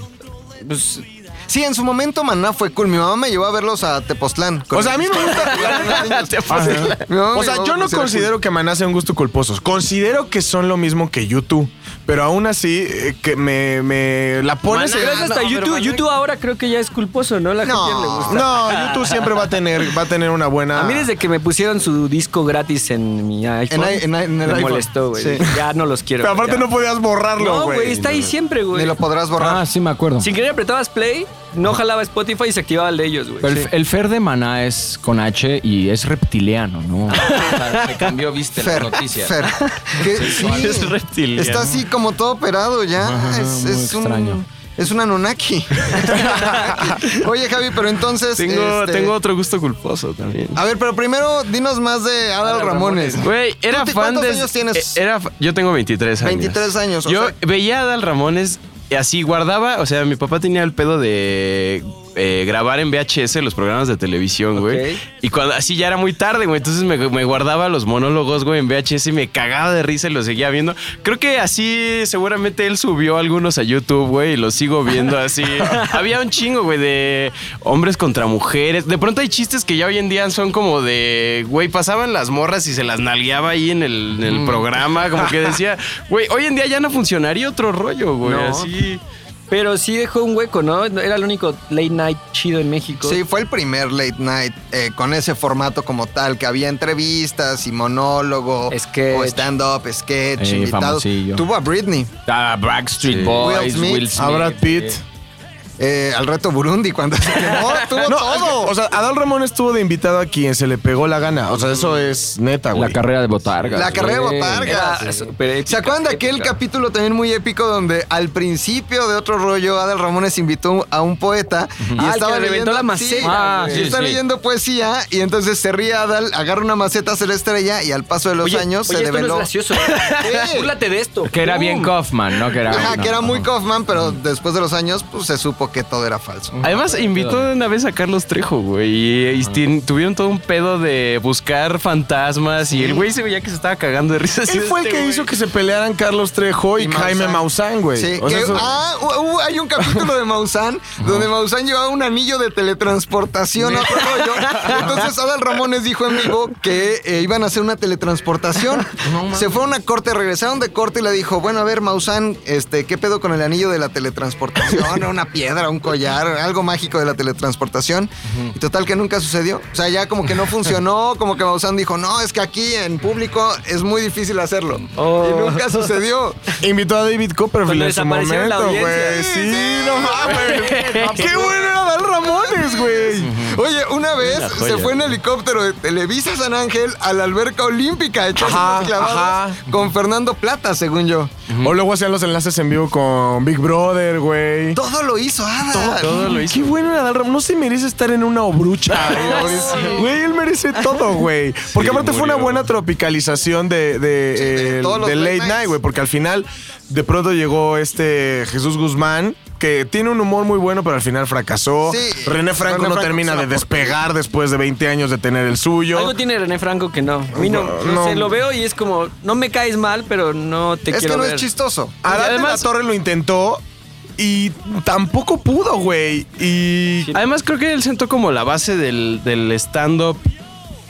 Speaker 3: Pues,
Speaker 4: Sí, en su momento Maná fue cool. Mi mamá me llevó a verlos a Tepoztlán.
Speaker 5: O sea, a mí me gusta.
Speaker 4: Ajá. Mi mamá
Speaker 5: O
Speaker 4: me
Speaker 5: sea,
Speaker 4: llevó a
Speaker 5: yo no
Speaker 4: verlos a
Speaker 5: considero que Maná sea un gusto culposo. Considero que son lo mismo que YouTube. Pero aún así, eh, que me, me la pones
Speaker 3: pero es
Speaker 5: en.
Speaker 3: hasta YouTube. YouTube ahora creo que ya es culposo, ¿no? La
Speaker 4: No.
Speaker 3: gente le gusta.
Speaker 5: No, YouTube siempre va a tener, va a tener una buena.
Speaker 3: A mí desde que me pusieron su disco gratis en mi iPhone,
Speaker 4: i- en i- en el
Speaker 3: me
Speaker 4: iPhone.
Speaker 3: molestó, güey.
Speaker 4: Sí.
Speaker 3: Ya no los quiero.
Speaker 5: Pero aparte
Speaker 3: ya.
Speaker 5: no podías borrarlo,
Speaker 3: No,
Speaker 5: güey.
Speaker 3: güey, está ahí siempre,
Speaker 4: Ni
Speaker 3: güey.
Speaker 4: lo podrás borrar.
Speaker 1: ah, sí, me acuerdo.
Speaker 3: Sin querer apretabas play, no jalaba Spotify y se activaba el de ellos, güey.
Speaker 1: Pero el, el Fer de Maná es con H y es reptiliano, ¿no? O sea, se cambió, viste,
Speaker 4: Fer,
Speaker 1: la noticia.
Speaker 4: Fer. ¿Qué? Sí.
Speaker 7: Es reptiliano.
Speaker 4: Está así como todo operado ya.
Speaker 1: Ajá,
Speaker 4: es,
Speaker 1: muy
Speaker 4: es un
Speaker 1: extraño.
Speaker 4: Es un Anunnaki. Oye, Javi, pero entonces.
Speaker 7: Tengo,
Speaker 4: este,
Speaker 7: tengo otro gusto culposo también.
Speaker 4: A ver, pero primero dinos más de Adal Ramones.
Speaker 7: Güey, era
Speaker 4: ¿Tú te-
Speaker 7: fan de.
Speaker 4: cuántos años tienes?
Speaker 7: eh, Era, fa- yo tengo 23 años.
Speaker 4: 23 años, o
Speaker 7: Yo
Speaker 4: sea-
Speaker 7: veía a Dal Ramones y así guardaba. O sea, mi papá tenía el pedo de eh, grabar en VHS los programas de televisión, güey.
Speaker 3: Ok.
Speaker 7: Y cuando así ya era muy tarde, güey. Entonces me, me guardaba los monólogos, güey, en VHS y me cagaba de risa y los seguía viendo. Creo que así seguramente él subió algunos a YouTube, güey, y los sigo viendo así. Había un chingo, güey, de hombres contra mujeres. De pronto hay chistes que ya hoy en día son como de, güey, pasaban las morras y se las nalgueaba ahí en el, en
Speaker 1: Mm.
Speaker 7: el programa. Como que decía, güey, hoy en día ya no funcionaría otro rollo, güey.
Speaker 3: No.
Speaker 7: Así.
Speaker 3: Pero sí dejó un hueco, ¿no? Era el único late night chido en México.
Speaker 4: Sí, fue el primer late night eh, con ese formato como tal, que había entrevistas y monólogo,
Speaker 3: Sketch.
Speaker 4: o stand-up, sketch,
Speaker 7: Eh,
Speaker 4: invitados.
Speaker 7: famosillo.
Speaker 4: Tuvo a Britney,
Speaker 7: Ah, Backstreet Boys,
Speaker 4: Will Smith. Ah,
Speaker 7: Will Smith.
Speaker 5: A Brad Pitt.
Speaker 4: eh, al reto Burundi cuando se quemó, tuvo
Speaker 5: No, es que,
Speaker 4: todo.
Speaker 5: o sea, Adal Ramón estuvo de invitado a quien se le pegó la gana. O sea, eso es neta, güey.
Speaker 7: La carrera de Botarga.
Speaker 4: la carrera de Botargas.
Speaker 3: Era súper épica,
Speaker 4: ¿Se acuerdan de aquel
Speaker 3: épica.
Speaker 4: capítulo también muy épico donde al principio de otro rollo Adal Ramones invitó a un poeta y
Speaker 3: Ah, el
Speaker 4: estaba
Speaker 3: que
Speaker 4: leyendo
Speaker 3: reventó la
Speaker 4: Sí,
Speaker 3: maceta,
Speaker 7: Ah,
Speaker 4: y
Speaker 7: sí,
Speaker 4: está
Speaker 7: sí.
Speaker 4: leyendo poesía y entonces se ríe Adal, agarra una maceta, se la estrella y al paso de los
Speaker 3: Oye,
Speaker 4: años
Speaker 3: oye,
Speaker 4: se
Speaker 3: esto no
Speaker 4: develó.
Speaker 3: es gracioso. Búrlate de esto.
Speaker 1: Que era
Speaker 3: Pum.
Speaker 1: bien Kaufman, ¿no? Que era,
Speaker 4: Ajá,
Speaker 1: no,
Speaker 4: que era muy
Speaker 1: no.
Speaker 4: Kaufman, pero después de los años pues se supo que todo era falso.
Speaker 7: Además, invitó de una vez a Carlos Trejo, güey. Y,
Speaker 5: Ah.
Speaker 7: y tien- tuvieron todo un pedo de buscar fantasmas. Y el güey se veía que se estaba cagando de risa. así
Speaker 5: Él
Speaker 7: de
Speaker 5: fue el
Speaker 7: este
Speaker 5: que
Speaker 7: güey.
Speaker 5: hizo que se pelearan Carlos Trejo y,
Speaker 4: Y
Speaker 5: Jaime Maussan, güey.
Speaker 4: Sí,
Speaker 5: O sea,
Speaker 4: que-
Speaker 5: eso-
Speaker 4: ah, hu- hubo- hay un capítulo de Maussan donde Maussan llevaba un anillo de teletransportación a otro rollo. Entonces Adal Ramones dijo en vivo que eh, iban a hacer una teletransportación. Se fue a una corte, regresaron de corte y le dijo, bueno, a ver, Maussan, este, ¿qué pedo con el anillo de la teletransportación? ¿Una piedra, un collar, algo mágico de la teletransportación? Y total que nunca sucedió. O sea, ya como que no funcionó, como que Maussan dijo, no, es que aquí en público es muy difícil hacerlo. Y
Speaker 5: Oh.
Speaker 4: nunca sucedió.
Speaker 5: Invitó a David Copperfield
Speaker 3: Cuando
Speaker 5: en su
Speaker 3: desapareció la
Speaker 5: momento,
Speaker 3: audiencia.
Speaker 5: güey. Sí, no mames. Qué bueno era Adal Ramones, güey.
Speaker 4: Oye, una vez
Speaker 7: joya.
Speaker 4: se fue en helicóptero de Televisa San Ángel a la alberca olímpica a echarse
Speaker 5: Ajá,
Speaker 4: unas clavadas
Speaker 5: ajá.
Speaker 4: con Fernando Plata, según yo.
Speaker 5: O luego hacían los enlaces en vivo con Big Brother, güey.
Speaker 4: Todo lo hizo Adal.
Speaker 7: Todo lo hizo.
Speaker 5: Qué bueno era Adal Ramón. No se merece estar en una obrucha. güey. Güey, él merece todo, güey. Porque aparte fue una
Speaker 7: murió.
Speaker 5: buena tropicalización de, de,
Speaker 4: Sí, de
Speaker 5: eh,
Speaker 4: todos los
Speaker 5: de
Speaker 4: late
Speaker 5: Late
Speaker 4: nights.
Speaker 5: Night, güey. Porque al final, de pronto llegó este Jesús Guzmán. Que tiene un humor muy bueno, pero al final fracasó.
Speaker 4: Sí,
Speaker 5: René Franco
Speaker 4: René
Speaker 5: no
Speaker 4: Franco
Speaker 5: termina
Speaker 4: es
Speaker 5: de
Speaker 4: una porquería.
Speaker 5: despegar después de 20 años de tener el suyo.
Speaker 3: Algo tiene René Franco que no. A mí no, no,
Speaker 5: No.
Speaker 3: sé, lo veo y es como, no me caes mal, pero no te
Speaker 4: Es que
Speaker 3: quiero
Speaker 4: no
Speaker 3: ver.
Speaker 4: es chistoso.
Speaker 5: Adán
Speaker 7: además-
Speaker 5: de la Torre lo intentó y tampoco pudo, güey. Y
Speaker 7: este Además, creo que él sentó como la base del, del stand-up.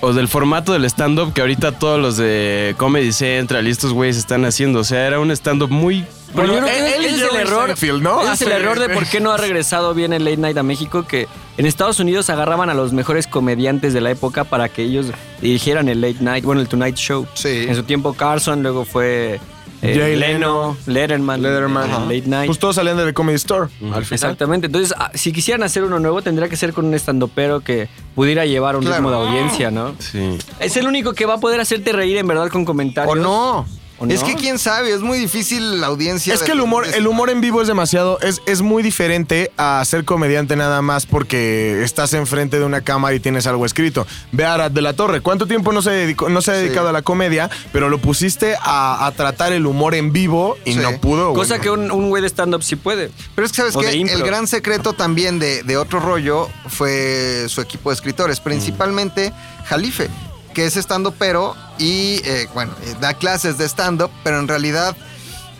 Speaker 7: O del formato del stand-up que ahorita todos los de Comedy Central y estos güeyes están haciendo. O sea, era un stand-up muy.
Speaker 3: Pero yo creo
Speaker 5: él-
Speaker 3: que
Speaker 5: él y
Speaker 3: ese es el
Speaker 5: Jerry
Speaker 3: error.
Speaker 5: Seinfeld, ¿no?
Speaker 3: ese es el
Speaker 5: Hace-
Speaker 3: error de por qué no ha regresado bien el late night a México, que en Estados Unidos agarraban a los mejores comediantes de la época para que ellos dirigieran el late night, bueno, el Tonight Show.
Speaker 4: Sí.
Speaker 3: En su tiempo Carson, luego fue eh,
Speaker 5: Jay
Speaker 3: Leno, Letterman,
Speaker 5: Letterman.
Speaker 3: el late night.
Speaker 5: pues todos salían del Comedy Store. al final.
Speaker 3: Exactamente. Entonces, ah, si quisieran hacer uno nuevo, tendría que ser con un estandopero que pudiera llevar un
Speaker 4: Claro.
Speaker 3: ritmo de audiencia, ¿no?
Speaker 7: Sí.
Speaker 3: Es el único que va a poder hacerte reír en verdad con comentarios.
Speaker 4: ¿O no?
Speaker 3: ¿O no?
Speaker 4: Es que quién sabe, es muy difícil la audiencia.
Speaker 5: Es
Speaker 4: de-
Speaker 5: que el humor,
Speaker 4: de-
Speaker 5: el humor en vivo es demasiado, es, es muy diferente a ser comediante nada más porque estás enfrente de una cámara y tienes algo escrito. Ve a Arad de la Torre, ¿cuánto tiempo no se, dedicó- no se ha
Speaker 4: Sí.
Speaker 5: dedicado a la comedia, pero lo pusiste a, a tratar el humor en vivo y
Speaker 4: Sí.
Speaker 5: no pudo? güey.
Speaker 3: Cosa que un, un güey de stand-up sí puede.
Speaker 4: Pero es que sabes
Speaker 3: O
Speaker 4: que
Speaker 3: de impro.
Speaker 4: el gran secreto también de, de otro rollo fue su equipo de
Speaker 3: Mm.
Speaker 4: escritores, principalmente Jalife, que es estando pero y eh, bueno, eh, da clases de stand-up, pero en realidad,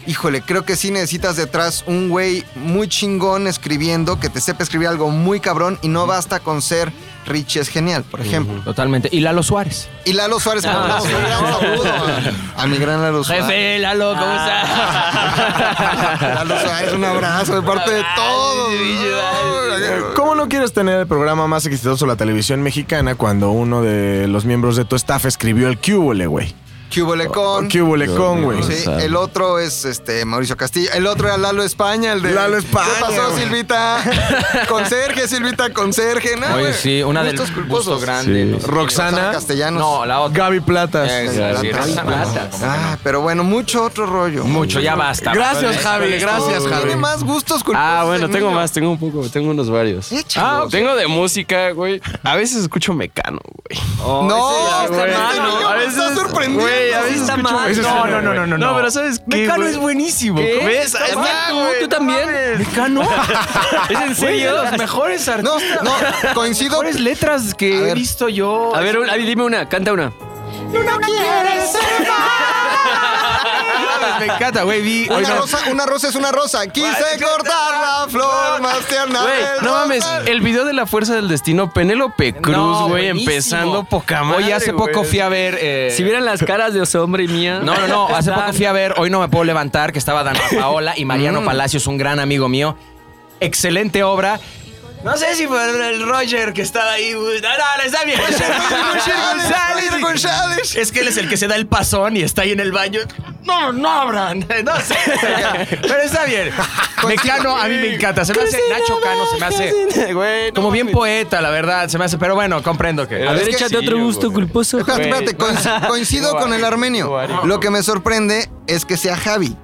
Speaker 4: híjole, creo que sí necesitas detrás un güey muy chingón escribiendo, que te sepa escribir algo muy cabrón y no basta con ser Richie es genial, por ejemplo.
Speaker 1: Totalmente. Y Lalo Suárez.
Speaker 4: Y Lalo Suárez,
Speaker 3: Ah,
Speaker 4: que mandamos un gran saludo a, a mi gran Lalo Suárez.
Speaker 1: Lalo, ¿cómo
Speaker 7: Ah.
Speaker 4: Lalo Suárez, un abrazo de parte de todos.
Speaker 5: ¿Cómo no quieres tener el programa más exitoso de la televisión mexicana cuando uno de los miembros de tu staff escribió el Cúbole, E, güey?
Speaker 4: Cubolecón.
Speaker 5: Cúbole E con, güey.
Speaker 4: Sí, el otro es este Mauricio Castillo. El otro era Lalo España, el de.
Speaker 5: Lalo España,
Speaker 4: ¿Qué pasó,
Speaker 5: güey?
Speaker 4: Silvita? Conserje, Silvita, conserje. No,
Speaker 1: Oye,
Speaker 4: güey.
Speaker 1: sí, una del
Speaker 4: Gustos culposos.
Speaker 1: gusto grande.
Speaker 7: Sí.
Speaker 1: no sé qué.
Speaker 4: Roxana
Speaker 5: Roxana.
Speaker 4: Castellanos.
Speaker 1: No, la otra.
Speaker 5: Gaby Platas.
Speaker 1: Eh,
Speaker 4: Gaby
Speaker 1: sí,
Speaker 4: Platas.
Speaker 1: Roxana Plata, como que no.
Speaker 4: Ah, pero bueno, mucho otro rollo.
Speaker 1: Mucho, ya basta.
Speaker 5: Gracias, Javi. Gracias,
Speaker 4: Tiene
Speaker 5: Javi.
Speaker 4: más gustos culposos.
Speaker 7: Ah, bueno,
Speaker 4: el
Speaker 7: tengo
Speaker 4: mío.
Speaker 7: más, tengo un poco, tengo unos varios.
Speaker 4: Échalos.
Speaker 7: Ah, tengo de música, güey. A veces escucho mecano, güey.
Speaker 4: No,
Speaker 3: ese ya,
Speaker 4: este
Speaker 3: güey.
Speaker 4: niño me
Speaker 7: Ah, A veces,
Speaker 4: está sorprendiendo.
Speaker 7: güey. A
Speaker 9: Sí,
Speaker 7: veces
Speaker 9: está
Speaker 7: escucho
Speaker 9: mal.
Speaker 7: veces
Speaker 9: No,
Speaker 7: suena,
Speaker 9: no, no,
Speaker 7: güey.
Speaker 9: no, no,
Speaker 7: No,
Speaker 9: no.
Speaker 7: pero ¿sabes qué?
Speaker 9: Mecano
Speaker 7: güey?
Speaker 9: es buenísimo.
Speaker 7: ¿Qué?
Speaker 9: ¿Qué?
Speaker 7: ¿Ves? Ahí
Speaker 9: No
Speaker 7: está,
Speaker 9: mames.
Speaker 7: güey.
Speaker 9: ¿Tú también?
Speaker 7: ¿Mecano? ¿Es en serio?
Speaker 1: Güey, de los mejores
Speaker 4: No,
Speaker 1: artistas.
Speaker 4: no, coincido.
Speaker 1: mejores letras que
Speaker 4: A
Speaker 1: he
Speaker 4: ver.
Speaker 1: visto yo.
Speaker 3: A ver, un- a ver, dime una, canta una.
Speaker 1: Me encanta, güey. Vi.
Speaker 4: Una
Speaker 1: Oigan,
Speaker 4: rosa, una rosa es una rosa. Quise cortar la flor más tierna.
Speaker 7: Güey,
Speaker 4: del
Speaker 7: no mames,
Speaker 4: rosal.
Speaker 7: el video de la fuerza del destino, Penélope Cruz,
Speaker 1: no,
Speaker 7: güey,
Speaker 1: buenísimo.
Speaker 7: empezando poca madre.
Speaker 1: Oye, hace poco
Speaker 7: güey.
Speaker 1: fui a ver. eh,
Speaker 3: Si vieran las caras de Osombre y mía.
Speaker 1: No, no, no. Hace
Speaker 3: Están-
Speaker 1: poco fui a ver Hoy no me puedo levantar, que estaba Dana Paola y Mariano Palacios, un gran amigo mío. Excelente obra. No sé si fue el Roger que estaba ahí. güey. No, no, no, está bien. Roger, Roger González.
Speaker 4: Roger González.
Speaker 1: Es que él es el que se da el pasón y está ahí en el baño. No, no abran. No sé. Pero está bien. Mecano, a mí me encanta. Se me hace Nacho Cano, se me hace
Speaker 7: Güey, no Eh,
Speaker 1: como bien
Speaker 7: mames.
Speaker 1: poeta, la verdad. Se me hace. Pero bueno, comprendo que.
Speaker 3: A ver,
Speaker 4: Es que
Speaker 3: échate
Speaker 7: sí,
Speaker 3: otro gusto
Speaker 7: güey.
Speaker 3: culposo.
Speaker 4: Espérate, espérate, coinc- coincido con el armenio. Lo que me sorprende es que sea Javi.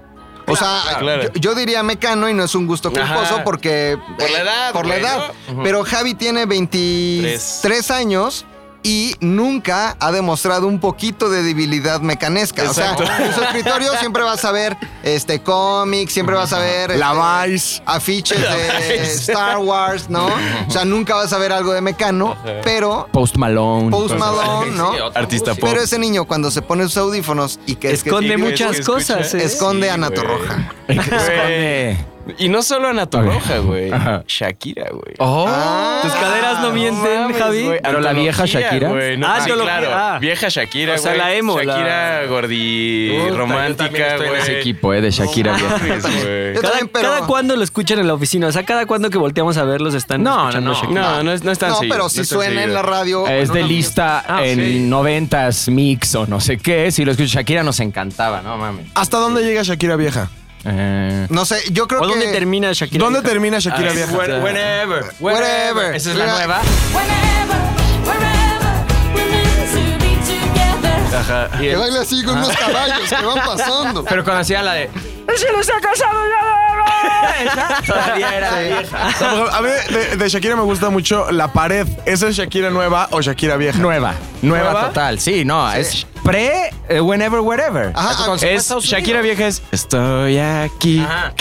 Speaker 4: O sea,
Speaker 7: claro.
Speaker 4: yo, yo diría mecano y no es un gusto culposo
Speaker 7: Ajá.
Speaker 4: porque.
Speaker 7: Por la
Speaker 4: eh,
Speaker 7: edad,
Speaker 4: Por la
Speaker 7: güey,
Speaker 4: edad. Pero Javi tiene 23 años y nunca ha demostrado un poquito de debilidad mecanesca. O sea, en su escritorio siempre vas a ver este cómics, siempre vas a ver. este,
Speaker 5: La Vice.
Speaker 4: afiches de Star Wars, ¿no? O sea, nunca vas a ver algo de Mecano, pero
Speaker 1: Post Malone.
Speaker 4: Post Malone, ¿no?
Speaker 7: Artista pop.
Speaker 4: Pero ese niño cuando se pone sus audífonos y que
Speaker 3: Esconde
Speaker 4: es que-
Speaker 7: güey,
Speaker 3: muchas
Speaker 7: que escucha.
Speaker 3: cosas, ¿eh?
Speaker 4: esconde
Speaker 7: Sí,
Speaker 4: a Nato
Speaker 7: güey.
Speaker 4: Roja.
Speaker 1: este, Esconde.
Speaker 7: Y no solo a Nato
Speaker 1: Ok.
Speaker 7: Roja, güey.
Speaker 1: Ajá.
Speaker 7: Shakira, güey.
Speaker 1: Oh.
Speaker 3: Tus caderas no mienten,
Speaker 7: mames,
Speaker 3: Javi.
Speaker 7: güey.
Speaker 1: Pero la vieja
Speaker 7: Antología,
Speaker 1: Shakira.
Speaker 7: güey, no,
Speaker 3: Ah,
Speaker 7: sí,
Speaker 3: antología.
Speaker 7: claro.
Speaker 3: Ah.
Speaker 7: Vieja Shakira,
Speaker 3: O sea,
Speaker 7: güey.
Speaker 3: la emo, la-
Speaker 7: Shakira gordi
Speaker 1: Puta, yo también
Speaker 7: romántica,
Speaker 1: estoy en
Speaker 7: güey.
Speaker 1: ese equipo, eh, de Shakira,
Speaker 7: No
Speaker 1: güey.
Speaker 7: mames, güey.
Speaker 4: Yo
Speaker 3: Cada,
Speaker 4: también, pero-
Speaker 3: cada cuando lo escuchan en la oficina, o sea, cada cuando que volteamos a verlos están
Speaker 1: No,
Speaker 3: escuchando
Speaker 1: no, no.
Speaker 3: Shakira.
Speaker 7: No, no es, no es tan
Speaker 4: No,
Speaker 7: seguido,
Speaker 4: pero
Speaker 7: no
Speaker 4: si
Speaker 7: es tan
Speaker 4: suena en
Speaker 7: seguido.
Speaker 4: la radio.
Speaker 1: Es
Speaker 4: en
Speaker 1: de
Speaker 4: una
Speaker 1: lista
Speaker 7: Ah, sí.
Speaker 1: en noventas mix o no sé qué. Si lo escucho Shakira nos encantaba, no mames.
Speaker 5: ¿Hasta dónde llega Shakira vieja?
Speaker 1: Eh,
Speaker 4: No sé, yo creo
Speaker 3: ¿O dónde
Speaker 4: que.
Speaker 3: termina Shakira?
Speaker 5: ¿Dónde termina Shakira vieja? Ah,
Speaker 1: whenever,
Speaker 4: Whenever.
Speaker 1: Esa es la nueva.
Speaker 8: Whenever, wherever, we're meant to be together.
Speaker 4: Que baile así con unos caballos que van pasando.
Speaker 1: Pero cuando hacían la de. ¡Si no se ha casado ya! Todavía era vieja.
Speaker 5: A lo mejor- A mí de, de Shakira me gusta mucho La Pared. ¿Esa es Shakira nueva o Shakira vieja?
Speaker 1: Nueva, nueva, total. Sí, no, es pre eh, whenever, wherever.
Speaker 4: Ajá, ah,
Speaker 1: Eso cuando se fue a
Speaker 7: Es
Speaker 1: Estados Unidos.
Speaker 7: Shakira vieja es Estoy aquí
Speaker 1: Ajá.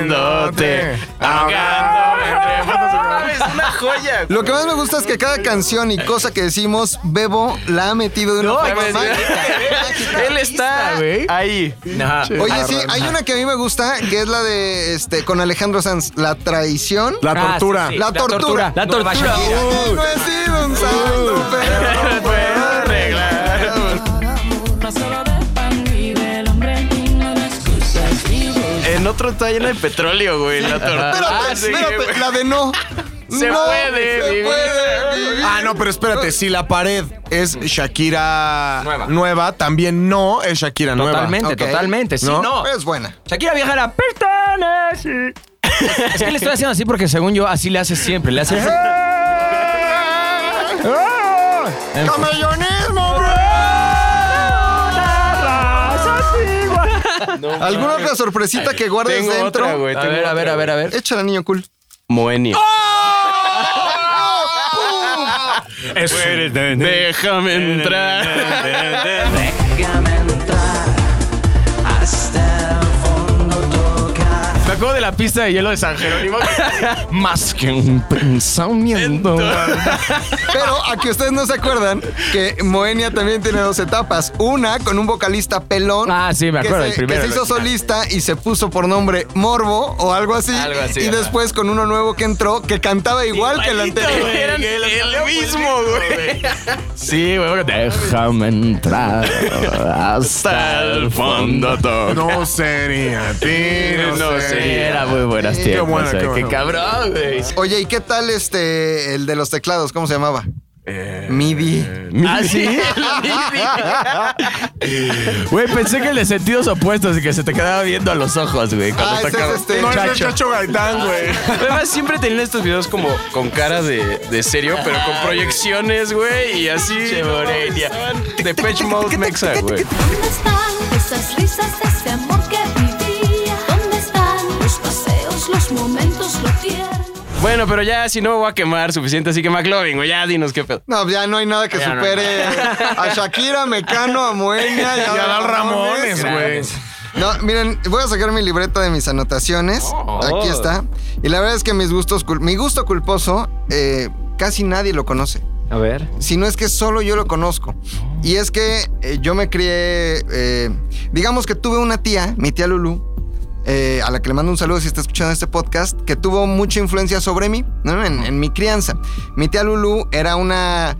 Speaker 7: queriéndote ahogándome Es una joya
Speaker 4: Lo que más me gusta es que cada canción y cosa que decimos, Bebo la ha metido de una forma
Speaker 1: pues,
Speaker 7: güey,
Speaker 4: mágica.
Speaker 7: Él está ahí
Speaker 1: Ajá.
Speaker 4: Oye, sí, hay una que a mí me gusta, que es la de este con Alejandro Sanz, La traición.
Speaker 5: La
Speaker 1: Ah,
Speaker 5: tortura.
Speaker 1: sí, sí.
Speaker 4: La tortura.
Speaker 3: La
Speaker 1: Nueva
Speaker 3: tortura.
Speaker 1: Shakira.
Speaker 4: Mira, no he sido un santo, pero
Speaker 7: Puedo arreglar
Speaker 8: Una sola de pan vive el hombre y no de excusas vive.
Speaker 7: En otro está llena de petróleo, güey La tortura
Speaker 4: Espérate,
Speaker 7: Ah, Sí, güey.
Speaker 4: espérate, la de no.
Speaker 7: Se
Speaker 4: No,
Speaker 7: puede
Speaker 4: se
Speaker 7: vivir.
Speaker 4: puede vivir.
Speaker 5: Ah, no, pero espérate, si la pared es Shakira
Speaker 1: Nueva.
Speaker 5: nueva, también no es Shakira nueva.
Speaker 1: Totalmente,
Speaker 4: Ok.
Speaker 1: totalmente. Sí,
Speaker 5: ¿No?
Speaker 1: no.
Speaker 4: Pero Es buena.
Speaker 1: Shakira vieja era pertenece. Es que le estoy haciendo así porque según yo así le hace siempre, le hace así. En fin.
Speaker 4: ¡Camellonismo, bro! ¿Alguna otra sorpresita que guardes
Speaker 7: Tengo
Speaker 4: dentro?
Speaker 7: otra, güey
Speaker 1: A ver, a ver, a ver, a ver.
Speaker 4: Échala, niño cool.
Speaker 7: Moenia
Speaker 1: Es
Speaker 7: Déjame entrar
Speaker 9: Déjame entrar hasta el fondo tocar.
Speaker 1: Me acuerdo de la pista de hielo de San Jerónimo. Más que un pensamiento.
Speaker 4: Pero a que ustedes no se acuerdan que Moenia también tiene dos etapas. Una con un vocalista pelón.
Speaker 1: Ah, sí, me acuerdo,
Speaker 4: Que
Speaker 1: el
Speaker 4: se,
Speaker 1: primero,
Speaker 4: que
Speaker 1: el
Speaker 4: se hizo solista y se puso por nombre Morbo o algo así.
Speaker 7: Algo así,
Speaker 4: y
Speaker 7: ajá.
Speaker 4: después con uno nuevo que entró que cantaba igual que el anterior.
Speaker 7: Eran el mismo, güey
Speaker 1: Sí, güey. Déjame entrar hasta el fondo. todo.
Speaker 5: No sería ti, no,
Speaker 7: No
Speaker 1: Era muy buenas
Speaker 5: Qué
Speaker 1: tiempos.
Speaker 5: buena,
Speaker 1: eh,
Speaker 5: qué buena.
Speaker 1: cabrón, güey.
Speaker 4: Oye, ¿y qué tal este el de los teclados? ¿Cómo se llamaba? MIDI.
Speaker 1: ¿Ah, sí? Güey, pensé que el de sentidos opuestos y que se te quedaba viendo a los ojos, güey.
Speaker 4: Ah,
Speaker 1: Cuando
Speaker 4: ese
Speaker 1: tocaba.
Speaker 4: es este.
Speaker 5: No, es el
Speaker 1: Chacho.
Speaker 5: Chacho Gaitán, güey.
Speaker 7: Además, siempre tenían estos videos como con cara de, de serio, pero con proyecciones, güey, y así. De Patch Mode Mexa, güey.
Speaker 8: ¿Dónde están esas risas de ese amor que vivía? ¿Dónde están los paseos, los momentos, lo tierno?
Speaker 7: Bueno, pero ya si no me voy a quemar suficiente, así que McLovin, güey, ya dinos qué pedo.
Speaker 4: No, ya no hay nada que
Speaker 7: Ya no.
Speaker 4: supere a Shakira, Mecano, a Moenia
Speaker 5: Y a Dal Ramones, güey.
Speaker 4: No, miren, voy a sacar mi libreta de mis anotaciones. Aquí está. Y la verdad es que mis gustos, cul- mi gusto culposo, eh, casi nadie lo conoce.
Speaker 3: A ver.
Speaker 4: Si no es que solo yo lo conozco. Y es que eh, yo me crié, eh, digamos que tuve una tía, mi tía Lulu, eh, a la que le mando un saludo si está escuchando este podcast, que tuvo mucha influencia sobre mí, ¿no? en, en mi crianza. Mi tía Lulu era una,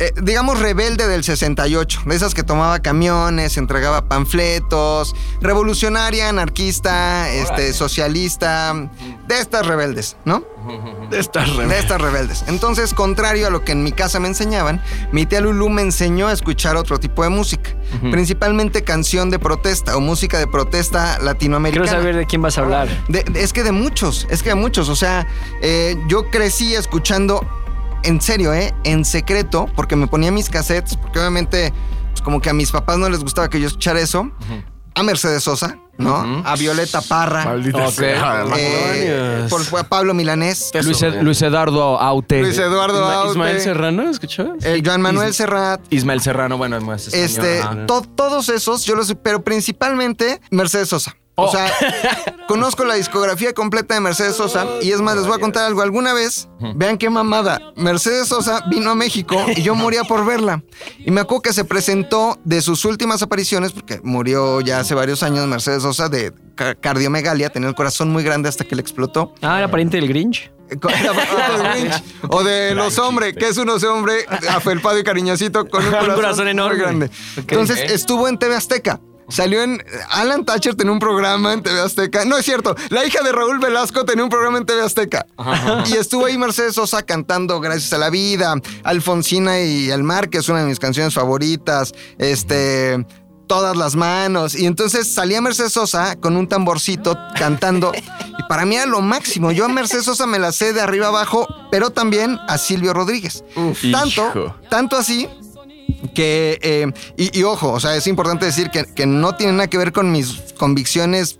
Speaker 4: eh, digamos, rebelde del 68, de esas que tomaba camiones, entregaba panfletos, revolucionaria, anarquista, este, socialista, de estas rebeldes, ¿no?
Speaker 5: De estas
Speaker 4: de estas rebeldes. Entonces, contrario a lo que en mi casa me enseñaban, mi tía Lulu me enseñó a escuchar otro tipo de música, principalmente canción de protesta o música de protesta latinoamericana.
Speaker 3: Quiero saber de quién vas a hablar.
Speaker 4: De- de- es que de muchos, es que de muchos. O sea, eh, yo crecí escuchando, en serio, ¿eh? En secreto, porque me ponía mis cassettes, porque obviamente, pues, como que a mis papás no les gustaba que yo escuchara eso. A Mercedes Sosa, ¿no? A Violeta Parra.
Speaker 5: Maldita sea.
Speaker 4: eh, por, fue a Pablo Milanés.
Speaker 1: Luis, Ed- Luis Eduardo Aute.
Speaker 4: Luis Eduardo Aute.
Speaker 7: Ismael Serrano, ¿escuchó?
Speaker 4: Eh, Joan Manuel Serrat.
Speaker 1: Ismael Serrano, bueno, es más español.
Speaker 4: Este,
Speaker 1: Ajá.
Speaker 4: to- todos esos, yo los, pero principalmente Mercedes Sosa. O sea, conozco la discografía completa de Mercedes Sosa y es más, les voy a contar algo. Alguna vez, vean qué mamada, Mercedes Sosa vino a México y yo moría por verla. Y me acuerdo que se presentó de sus últimas apariciones, porque murió ya hace varios años Mercedes Sosa de ca- cardiomegalia, tenía el corazón muy grande hasta que le explotó.
Speaker 3: Ah, era pariente del Grinch.
Speaker 4: O de los hombres, que es uno de hombre afelpado y cariñosito con un corazón,
Speaker 3: corazón
Speaker 4: muy
Speaker 3: enorme.
Speaker 4: grande.
Speaker 3: Ok.
Speaker 4: Entonces estuvo en TV Azteca. Salió en. Alan Thatcher tenía un programa en TV Azteca. No es cierto. La hija de Raúl Velasco tenía un programa en TV Azteca. Y estuvo ahí Mercedes Sosa cantando Gracias a la Vida. Alfonsina y el Mar, que es una de mis canciones favoritas. Este. Todas las manos. Y entonces salía Mercedes Sosa con un tamborcito cantando. Y para mí era lo máximo. Yo a Mercedes Sosa me la sé de arriba abajo, pero también a Silvio Rodríguez. tanto,
Speaker 7: hijo.
Speaker 4: tanto así que, eh, y, y ojo, o sea, es importante decir que, que no tiene nada que ver con mis convicciones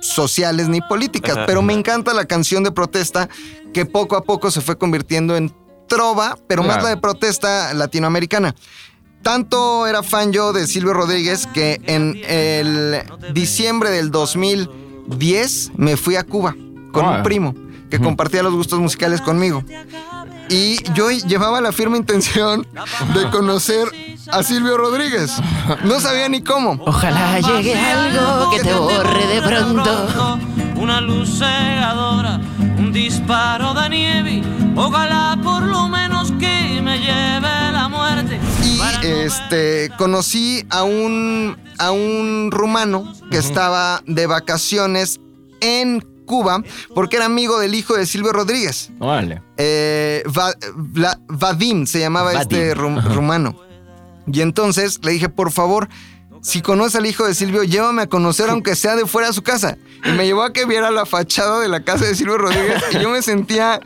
Speaker 4: sociales ni políticas, pero me encanta la canción de protesta que poco a poco se fue convirtiendo en trova, pero más la de protesta latinoamericana. Tanto era fan yo de Silvio Rodríguez que en el diciembre del 2010 me fui a Cuba con un primo que compartía los gustos musicales conmigo. Y yo llevaba la firme intención de conocer a Silvio Rodríguez. No sabía ni cómo.
Speaker 6: Ojalá llegue algo que te borre de pronto.
Speaker 9: Una luz cegadora, un disparo de nieve. Ojalá por lo menos que me lleve la muerte.
Speaker 4: Y este conocí a un a un rumano que estaba de vacaciones en Cuba porque era amigo del hijo de Silvio Rodríguez.
Speaker 7: Vale.
Speaker 4: Eh, Va- Vla- Vadim se llamaba este rum- rumano. Y entonces le dije, por favor, si conoces al hijo de Silvio, llévame a conocer aunque sea de fuera de su casa. Y me llevó a que viera la fachada de la casa de Silvio Rodríguez y yo me sentía,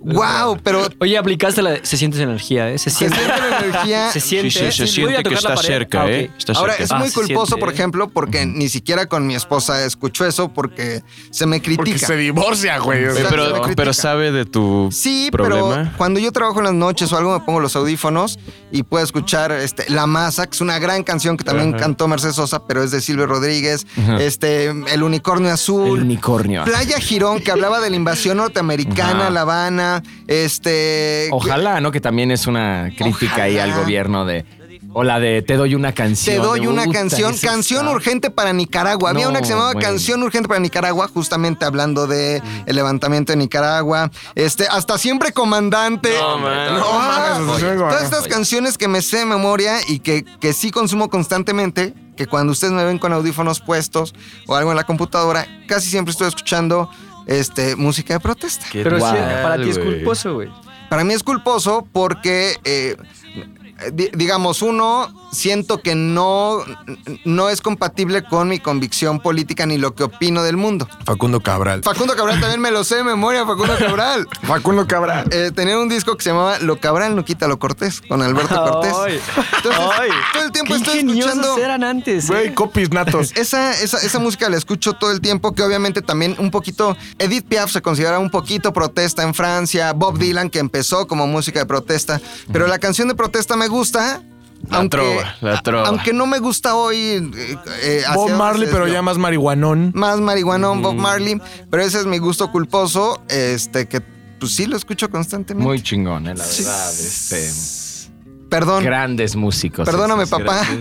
Speaker 4: wow, pero
Speaker 3: Oye, aplicaste la. de- Se siente esa energía, ¿eh? Se
Speaker 4: se
Speaker 3: siente.
Speaker 4: siente la energía.
Speaker 3: Se siente.
Speaker 7: Sí, sí, se
Speaker 3: Voy a
Speaker 7: siente que
Speaker 3: tocar la
Speaker 7: está
Speaker 3: pared.
Speaker 7: cerca,
Speaker 3: Ah, ok.
Speaker 7: ¿eh? Está
Speaker 4: Ahora,
Speaker 7: cerca.
Speaker 4: es muy
Speaker 3: Ah, se
Speaker 4: culposo,
Speaker 3: siente,
Speaker 4: por
Speaker 3: ¿eh?
Speaker 4: ejemplo, porque ni siquiera con mi esposa escucho eso porque se me
Speaker 5: Porque
Speaker 4: critica.
Speaker 5: se divorcia, güey.
Speaker 7: Oye,
Speaker 5: O sea,
Speaker 4: Exacto, me
Speaker 7: pero,
Speaker 4: critica.
Speaker 7: pero sabe de tu
Speaker 4: Sí, pero
Speaker 7: problema.
Speaker 4: cuando yo trabajo en las noches o algo me pongo los audífonos y puedo escuchar este, La Masa, que es una gran canción que también cantó Mercedes Sosa, pero es de Silvio Rodríguez, este, El Unicornio Azul.
Speaker 1: unicornio.
Speaker 4: Playa Girón, que hablaba de la invasión norteamericana a La Habana, este...
Speaker 1: Ojalá, ¿no? Que también es una crítica ahí al
Speaker 4: Ojalá.
Speaker 1: gobierno de. O la de te doy una canción.
Speaker 4: Te doy
Speaker 1: de,
Speaker 4: una
Speaker 1: "Puta,
Speaker 4: canción,
Speaker 1: esa
Speaker 4: canción
Speaker 1: está".
Speaker 4: urgente para Nicaragua. Había
Speaker 1: No,
Speaker 4: una que se llamaba
Speaker 1: bueno.
Speaker 4: Canción urgente para Nicaragua, justamente hablando de el levantamiento de Nicaragua. Este, hasta siempre comandante.
Speaker 7: man.
Speaker 4: No,
Speaker 5: No mames,
Speaker 4: ah,
Speaker 5: eso
Speaker 1: pues,
Speaker 5: sí me
Speaker 4: todas
Speaker 5: guarda.
Speaker 4: estas canciones que me sé de memoria y que, que sí consumo constantemente, que cuando ustedes me ven con audífonos puestos o algo en la computadora, casi siempre estoy escuchando este, música de protesta.
Speaker 3: Pero sí,
Speaker 7: Guau,
Speaker 3: para ti es
Speaker 7: güey.
Speaker 3: culposo, güey.
Speaker 4: Para mí es culposo porque eh, eh, di- digamos, uno, siento que no, no es compatible con mi convicción política ni lo que opino del mundo.
Speaker 5: Facundo Cabral.
Speaker 4: Facundo Cabral también me lo sé de memoria, Facundo Cabral.
Speaker 5: Facundo Cabral.
Speaker 4: Eh, tenía un disco que se llamaba Lo Cabral no quita lo Cortés, con Alberto Cortés.
Speaker 3: Ay.
Speaker 4: Entonces,
Speaker 3: Ay.
Speaker 4: todo el tiempo
Speaker 3: Qué
Speaker 4: estoy
Speaker 3: ingeniosos
Speaker 4: escuchando...
Speaker 3: eran antes. ¿eh?
Speaker 5: Güey, copies natos.
Speaker 4: Esa, esa, esa música la escucho todo el tiempo, que obviamente también un poquito. Edith Piaf se considera un poquito protesta en Francia. Bob Dylan, que empezó como música de protesta. Pero la canción de protesta me gusta.
Speaker 7: La
Speaker 4: aunque,
Speaker 7: trova, la
Speaker 4: a-
Speaker 7: trova.
Speaker 4: Aunque no me gusta hoy. eh, eh, hacia
Speaker 5: Bob
Speaker 4: dónde
Speaker 5: Marley,
Speaker 4: se
Speaker 5: pero
Speaker 4: desvió.
Speaker 5: ya más marihuanón.
Speaker 4: Más marihuanón, Bob Marley. Pero ese es mi gusto culposo. Este, que pues sí lo escucho constantemente.
Speaker 1: Muy chingón, eh, la verdad. Este,
Speaker 4: Perdón.
Speaker 1: grandes músicos.
Speaker 4: Perdóname,
Speaker 1: esos,
Speaker 4: papá.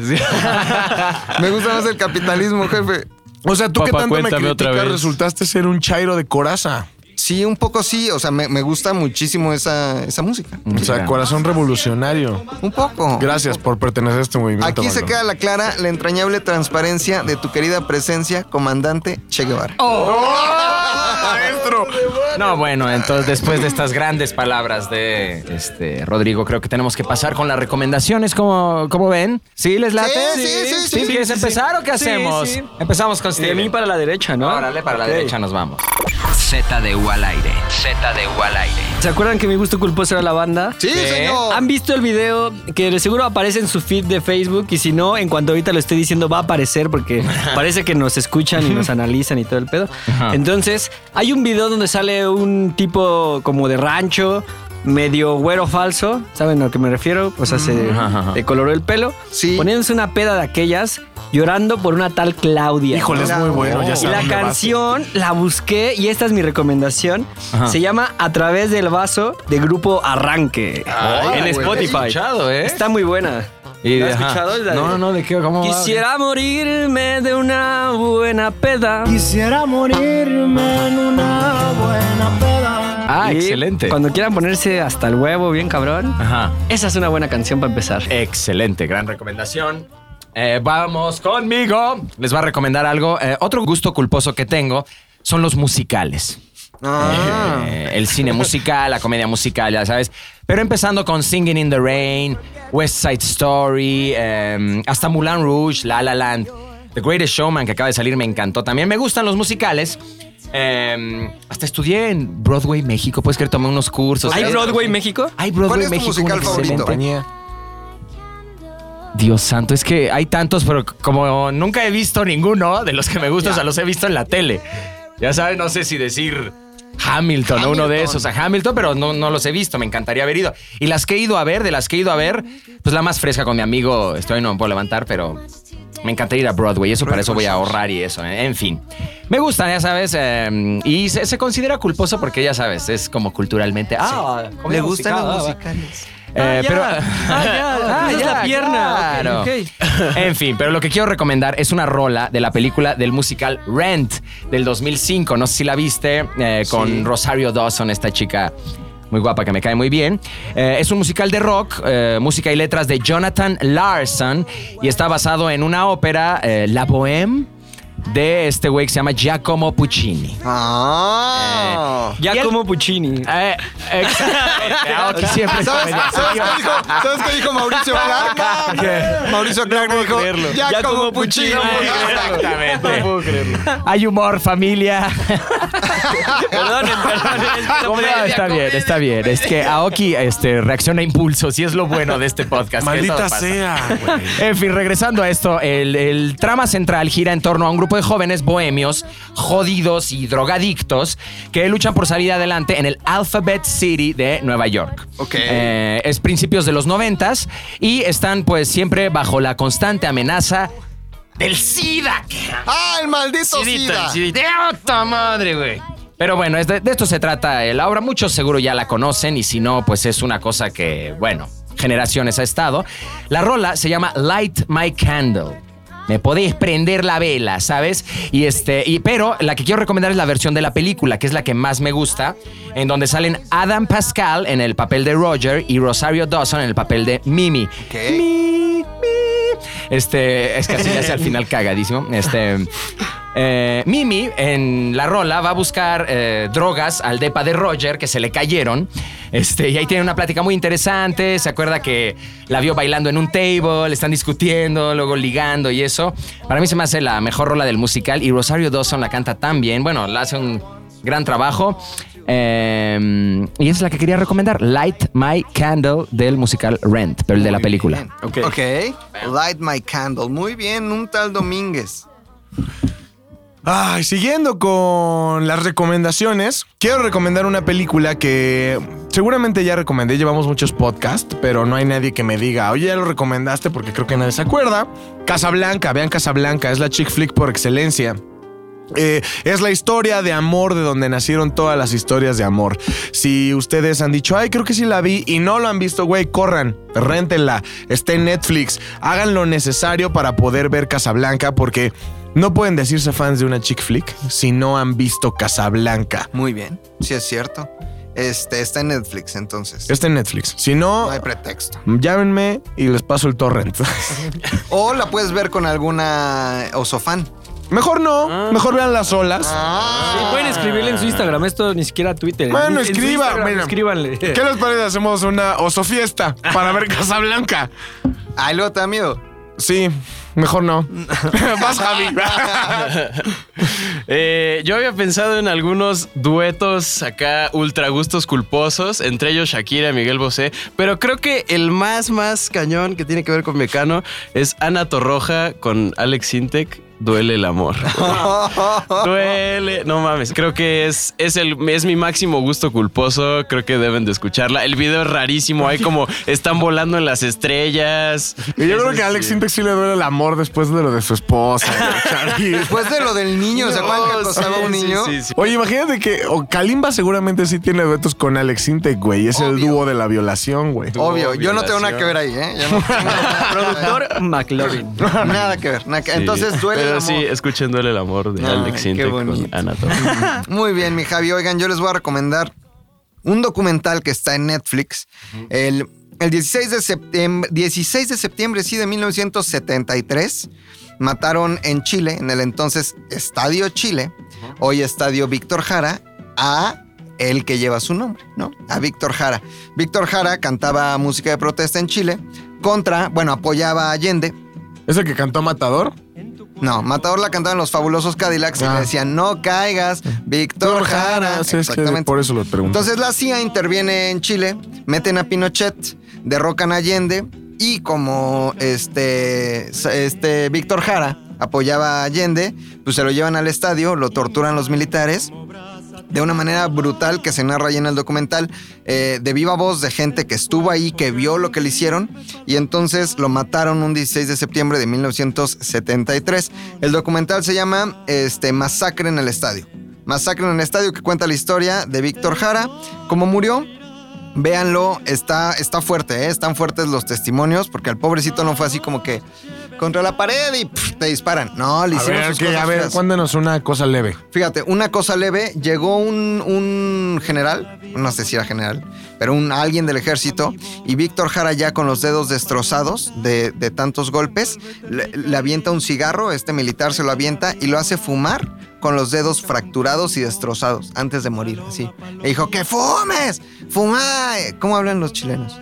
Speaker 4: Me gusta más el capitalismo, jefe.
Speaker 5: O sea, tú que
Speaker 7: Papá,
Speaker 5: tanto me
Speaker 7: cuéntame otra
Speaker 5: criticas,
Speaker 7: vez.
Speaker 5: resultaste ser un chairo de coraza.
Speaker 4: Sí, un poco sí. O sea, me, me gusta muchísimo esa, esa música.
Speaker 5: O sea,
Speaker 1: Mira.
Speaker 5: corazón revolucionario.
Speaker 4: Un poco.
Speaker 5: Gracias por pertenecer a este movimiento.
Speaker 4: Aquí se
Speaker 5: Marlon.
Speaker 4: queda la clara, la entrañable transparencia de tu querida presencia, comandante Che Guevara.
Speaker 5: Maestro.
Speaker 1: No, bueno, entonces después de estas grandes palabras de este Rodrigo, creo que tenemos que pasar con las recomendaciones, como, como ven. ¿Sí les late?
Speaker 4: Sí, sí, sí, sí, sí,
Speaker 1: ¿Quieres
Speaker 3: sí,
Speaker 1: empezar
Speaker 3: sí.
Speaker 1: o qué
Speaker 3: Sí,
Speaker 1: hacemos?
Speaker 3: sí.
Speaker 1: Empezamos con
Speaker 3: De
Speaker 1: Steven.
Speaker 3: mí para la derecha, ¿no?
Speaker 1: Órale, para
Speaker 3: Ok.
Speaker 1: la derecha nos vamos.
Speaker 6: Z de U al aire. Z de U al aire.
Speaker 3: ¿Se acuerdan que mi gusto culposo era la banda?
Speaker 4: Sí, señor.
Speaker 3: ¿Han visto el video que de seguro aparece en su feed de Facebook? Y si no, en cuanto ahorita lo estoy diciendo, va a aparecer porque parece que nos escuchan y nos analizan y todo el pedo. Entonces, hay un video donde sale un tipo como de rancho, medio güero falso. ¿Saben a lo que me refiero? O sea, se decoloró el pelo.
Speaker 4: Sí.
Speaker 3: Poniéndose una peda de aquellas, llorando por una tal Claudia.
Speaker 5: Híjole, es muy bueno. Ya
Speaker 3: Y
Speaker 5: sabes
Speaker 3: la
Speaker 5: dónde vas.
Speaker 3: canción la busqué y esta es mi recomendación. Se llama A través del vaso de grupo Arranque. en Spotify.
Speaker 1: Escuchado, ¿eh?
Speaker 3: Está muy buena.
Speaker 1: Y,
Speaker 3: ¿La has
Speaker 1: ajá.
Speaker 3: escuchado? La de-
Speaker 1: No, no, no, ¿de qué?
Speaker 2: Oh,
Speaker 1: ¿Cómo va?
Speaker 3: Quisiera morirme de una buena peda.
Speaker 2: Quisiera morirme en una buena peda.
Speaker 1: Ah,
Speaker 3: Y
Speaker 1: excelente.
Speaker 3: Cuando quieran ponerse hasta el huevo, bien cabrón.
Speaker 1: Ajá. Eh,
Speaker 3: Esa es una buena canción para empezar.
Speaker 1: Excelente, gran recomendación. Eh, vamos conmigo. Les va a recomendar algo. Eh, otro gusto culposo que tengo son los musicales.
Speaker 4: Ah.
Speaker 1: Eh, el cine musical, la comedia musical, ya sabes. Pero empezando con Singing in the Rain, West Side Story, eh, hasta Moulin Rouge, La La Land, The Greatest Showman que acaba de salir, me encantó también. Me gustan los musicales. Eh, hasta estudié en Broadway México, puedes creer, tomé unos cursos.
Speaker 3: ¿Hay
Speaker 1: Eh,
Speaker 3: Broadway México?
Speaker 1: Hay Broadway
Speaker 4: ¿Cuál es tu
Speaker 1: México.
Speaker 4: musical
Speaker 1: un
Speaker 4: favorito?
Speaker 1: excelente-
Speaker 5: Compañía.
Speaker 1: Dios santo, es que hay tantos, pero c- como nunca he visto ninguno de los que me gustan, o sea, los he visto en la tele. Ya saben, no sé si decir Hamilton, o uno de
Speaker 4: Hamilton.
Speaker 1: esos, a Hamilton, pero no, no los he visto, me encantaría haber ido. Y las que he ido a ver, de las que he ido a ver, pues la más fresca con mi amigo, estoy no me puedo levantar, pero me encantaría ir a Broadway, eso para eso voy a ahorrar y eso, eh, en fin. Me gusta, ya sabes, eh, y se, se considera culposo porque ya sabes, es como culturalmente. Ah,
Speaker 4: Le
Speaker 1: comedia
Speaker 4: gustan
Speaker 1: musical, ah,
Speaker 4: los
Speaker 1: va.
Speaker 4: musicales.
Speaker 1: Eh, pero.
Speaker 3: Ah, ya. Cruzas la pierna.
Speaker 1: Ah, claro.
Speaker 3: Ok,
Speaker 1: En fin, pero lo que quiero recomendar es una rola de la película del musical Rent del 2005. No sé si la viste eh, con Rosario Dawson, esta chica. Muy guapa, que me cae muy bien. Eh, es un musical de rock, eh, música y letras de Jonathan Larson, y está basado en una ópera, eh, La Bohème, de este güey que se llama Giacomo Puccini. Oh.
Speaker 4: Ah.
Speaker 3: Ya como Puccini.
Speaker 1: Eh, exacto. Aoki siempre
Speaker 4: ¿Sabes, sabes qué dijo, sabes qué dijo Mauricio Clark? Mauricio Clark dijo, ya, como puchino.
Speaker 1: Exactamente. Hay humor, familia.
Speaker 3: Perdonen, perdonen. es que no
Speaker 1: No,
Speaker 3: podía-
Speaker 1: está bien, está bien. Es que Aoki este, reacciona a impulsos y es lo bueno de este podcast. que
Speaker 5: Maldita
Speaker 1: todo pasa.
Speaker 5: sea, güey.
Speaker 1: En fin, regresando a esto, el, el trama central gira en torno a un grupo de jóvenes bohemios, jodidos y drogadictos que luchan por salir adelante en el Alphabet City de Nueva York.
Speaker 4: Ok.
Speaker 1: Eh, es principios de los noventas y están pues siempre bajo la constante amenaza del SIDA.
Speaker 4: ¡Ah, el maldito Sida!
Speaker 1: ¡De otra madre, güey! Pero bueno, es de, de esto se trata eh, la obra. Muchos seguro ya la conocen y si no, pues es una cosa que, bueno, generaciones ha estado. La rola se llama Light My Candle. Me podéis prender la vela, ¿sabes? Y este, y pero la que quiero recomendar es la versión de la película, que es la que más me gusta, en donde salen Adam Pascal en el papel de Roger y Rosario Dawson en el papel de Mimi. Mi, mi. Este, es casi ya al final cagadísimo. Este. eh, Mimi en la rola va a buscar eh, drogas al depa de Roger que se le cayeron. Este, y ahí tiene una plática muy interesante. Se acuerda que la vio bailando en un table, están discutiendo, luego ligando y eso. Para mí se me hace la mejor rola del musical y Rosario Dawson la canta tan bien. Bueno, la hace un gran trabajo. Eh, y esa es la que quería recomendar: Light My Candle del musical Rent, pero el de la película.
Speaker 4: Ok. Light My Candle. Muy bien, un tal Domínguez.
Speaker 5: Ay, siguiendo con las recomendaciones, quiero recomendar una película que seguramente ya recomendé. Llevamos muchos podcasts, pero no hay nadie que me diga, oye, ya lo recomendaste porque creo que nadie se acuerda. Casablanca, vean Casablanca, es la chick flick por excelencia. Eh, es la historia de amor de donde nacieron todas las historias de amor. Si ustedes han dicho, ay, creo que sí la vi y no lo han visto, güey, corran, réntenla, está en Netflix, hagan lo necesario para poder ver Casablanca porque no pueden decirse fans de una chick flick si no han visto Casablanca.
Speaker 4: Muy bien. Sí, es cierto. Este está en Netflix, entonces.
Speaker 5: Está en Netflix. Si no,
Speaker 4: No hay pretexto.
Speaker 5: llámenme y les paso el torrent.
Speaker 4: O la puedes ver con alguna osofán.
Speaker 5: mejor no, mejor vean las olas.
Speaker 1: Ah.
Speaker 3: Pueden escribirle en su Instagram, esto ni siquiera Twitter. ¿eh?
Speaker 5: Bueno,
Speaker 3: En su
Speaker 5: escriba,
Speaker 3: Instagram,
Speaker 5: mira.
Speaker 3: escríbanle.
Speaker 5: ¿Qué les parece? Hacemos una osofiesta para ver Casablanca.
Speaker 4: Ay, luego te da miedo.
Speaker 5: Sí, mejor no. Vas, Javi.
Speaker 7: Eh, yo había pensado en algunos duetos acá ultra gustos culposos, entre ellos Shakira, Miguel Bosé, pero creo que el más más cañón que tiene que ver con Mecano es Ana Torroja con Alex Sintek. Duele el amor. Duele. No mames. Creo que es, es, el, es mi máximo gusto culposo. Creo que deben de escucharla. El video es rarísimo. Hay como están volando en las estrellas.
Speaker 5: Y yo
Speaker 7: Es
Speaker 5: creo que a Alex
Speaker 7: este-
Speaker 5: Sintek sí le duele el amor después de lo de su esposa. Chavis.
Speaker 4: Después Pues de lo del niño, ¿se acuerdan que
Speaker 7: Oh,
Speaker 4: acosaba a un
Speaker 7: sí,
Speaker 4: niño?
Speaker 7: sí, sí.
Speaker 5: Oye, imagínate que o Kalimba seguramente sí tiene duetos con Alex Sintek, güey. Es el
Speaker 4: Obvio.
Speaker 5: dúo de la violación, güey.
Speaker 4: Obvio, yo no tengo nada que ver ahí, ¿eh? Yo no tengo nada que ver.
Speaker 3: Productor McLovin.
Speaker 4: Nada que ver. nada que- Entonces duele
Speaker 7: Pero
Speaker 4: el
Speaker 7: sí,
Speaker 4: amor.
Speaker 7: escuchen Duele el amor de
Speaker 4: Ay,
Speaker 7: Alex
Speaker 4: qué
Speaker 7: Sintek con
Speaker 4: bonito.
Speaker 7: Ana Torroja.
Speaker 4: Muy bien, mi Javi. Oigan, yo les voy a recomendar un documental que está en Netflix. El, el 16, de septiembre, 16 de septiembre, sí, de 1973, mataron en Chile, en el entonces Estadio Chile, hoy Estadio Víctor Jara, a el que lleva su nombre, ¿no? A Víctor Jara. Víctor Jara cantaba música de protesta en Chile contra, bueno, apoyaba a Allende.
Speaker 5: ¿Es el que cantó Matador?
Speaker 4: No, Matador la cantaban los fabulosos Cadillacs y
Speaker 5: Ah.
Speaker 4: le decían, no caigas, Víctor Jara.
Speaker 5: Sí, es que
Speaker 4: Exactamente.
Speaker 5: por eso lo pregunto.
Speaker 4: Entonces la CIA interviene en Chile, meten a Pinochet, derrocan a Allende y como este, este Víctor Jara apoyaba a Allende, pues se lo llevan al estadio, lo torturan los militares de una manera brutal que se narra ahí en el documental, eh, de viva voz de gente que estuvo ahí, que vio lo que le hicieron, y entonces lo mataron un 16 de septiembre de 1973. El documental se llama este, Masacre en el Estadio. Masacre en el Estadio que cuenta la historia de Víctor Jara, cómo murió. Véanlo, está, está fuerte, ¿eh? están fuertes los testimonios, porque el pobrecito no fue así como que contra la pared y pff, te disparan. No, le
Speaker 5: a
Speaker 4: hicieron
Speaker 5: ver,
Speaker 4: sus
Speaker 5: que,
Speaker 4: cosas
Speaker 5: a ver,
Speaker 4: feas.
Speaker 5: cuéntanos una cosa leve.
Speaker 4: Fíjate, una cosa leve, llegó un, un general, no sé si era general, pero un alguien del ejército, y Víctor Jara ya con los dedos destrozados de, de tantos golpes, le, le avienta un cigarro, este militar se lo avienta y lo hace fumar con los dedos fracturados y destrozados antes de morir, así. Le dijo, ¡que fumes! ¡Fuma! ¿Cómo hablan los chilenos?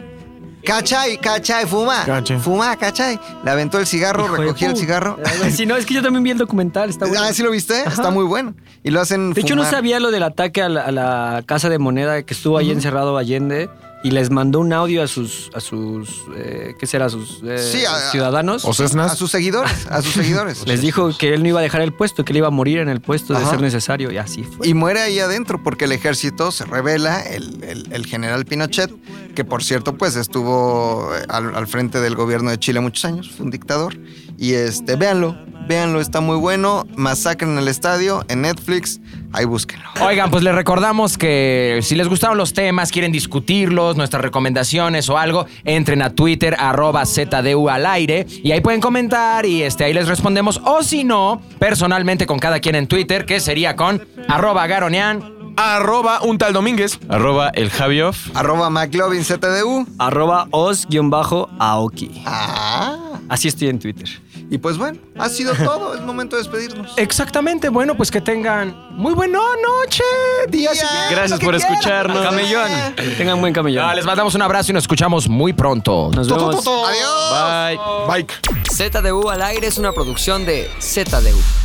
Speaker 4: ¡Cachai! ¡Cachai! ¡Fuma!
Speaker 5: Cachai.
Speaker 4: ¡Fuma! ¡Cachai! Le aventó el cigarro,
Speaker 3: Hijo de
Speaker 4: recogía el
Speaker 3: pu-
Speaker 4: cigarro.
Speaker 3: Si no, es que yo también vi el documental, está bueno.
Speaker 4: Ah, ¿sí lo viste? Está muy bueno. Y lo hacen
Speaker 3: De hecho, no
Speaker 4: fumar.
Speaker 3: sabía lo del ataque a la, a la casa de moneda que estuvo ahí encerrado Allende y les mandó un audio a sus, a sus eh, ¿qué será? A sus eh,
Speaker 4: Sí, a-
Speaker 3: ciudadanos.
Speaker 5: ¿O
Speaker 4: A
Speaker 5: Cessnas?
Speaker 4: sus seguidores, a sus seguidores.
Speaker 3: les dijo que él no iba a dejar el puesto, que él iba a morir en el puesto de
Speaker 4: Ajá.
Speaker 3: ser necesario y así fue.
Speaker 4: Y muere ahí adentro porque el ejército se revela, el, el- el general Pinochet, que por cierto pues estuvo al, al frente del gobierno de Chile muchos años, fue un dictador. Y este, véanlo, véanlo, está muy bueno. Masacre en el estadio, en Netflix, ahí búsquenlo.
Speaker 1: Oigan, pues les recordamos que si les gustaron los temas, quieren discutirlos, nuestras recomendaciones o algo, entren a Twitter, arroba ZDU al aire, y ahí pueden comentar y este, ahí les respondemos. O si no, personalmente con cada quien en Twitter, que sería con arroba garonean.
Speaker 5: Arroba un tal Domínguez.
Speaker 7: Arroba el Javioff.
Speaker 4: Arroba McLovin ZDU.
Speaker 3: Arroba os-aoki.
Speaker 4: Ah.
Speaker 3: Así estoy en Twitter.
Speaker 4: Y pues bueno, ha sido todo. Es momento de despedirnos.
Speaker 1: Eh, Exactamente, bueno, pues que tengan muy buena noche, día, siguiente, lo
Speaker 7: Gracias
Speaker 1: que
Speaker 7: por
Speaker 1: quieran.
Speaker 7: escucharnos.
Speaker 4: Camellón.
Speaker 3: Tengan buen camellón.
Speaker 1: Ah, les mandamos un abrazo y nos escuchamos muy pronto.
Speaker 3: Nos vemos.
Speaker 4: Adiós.
Speaker 7: Bye.
Speaker 5: Bike.
Speaker 11: ZDU al aire es una producción de ZDU.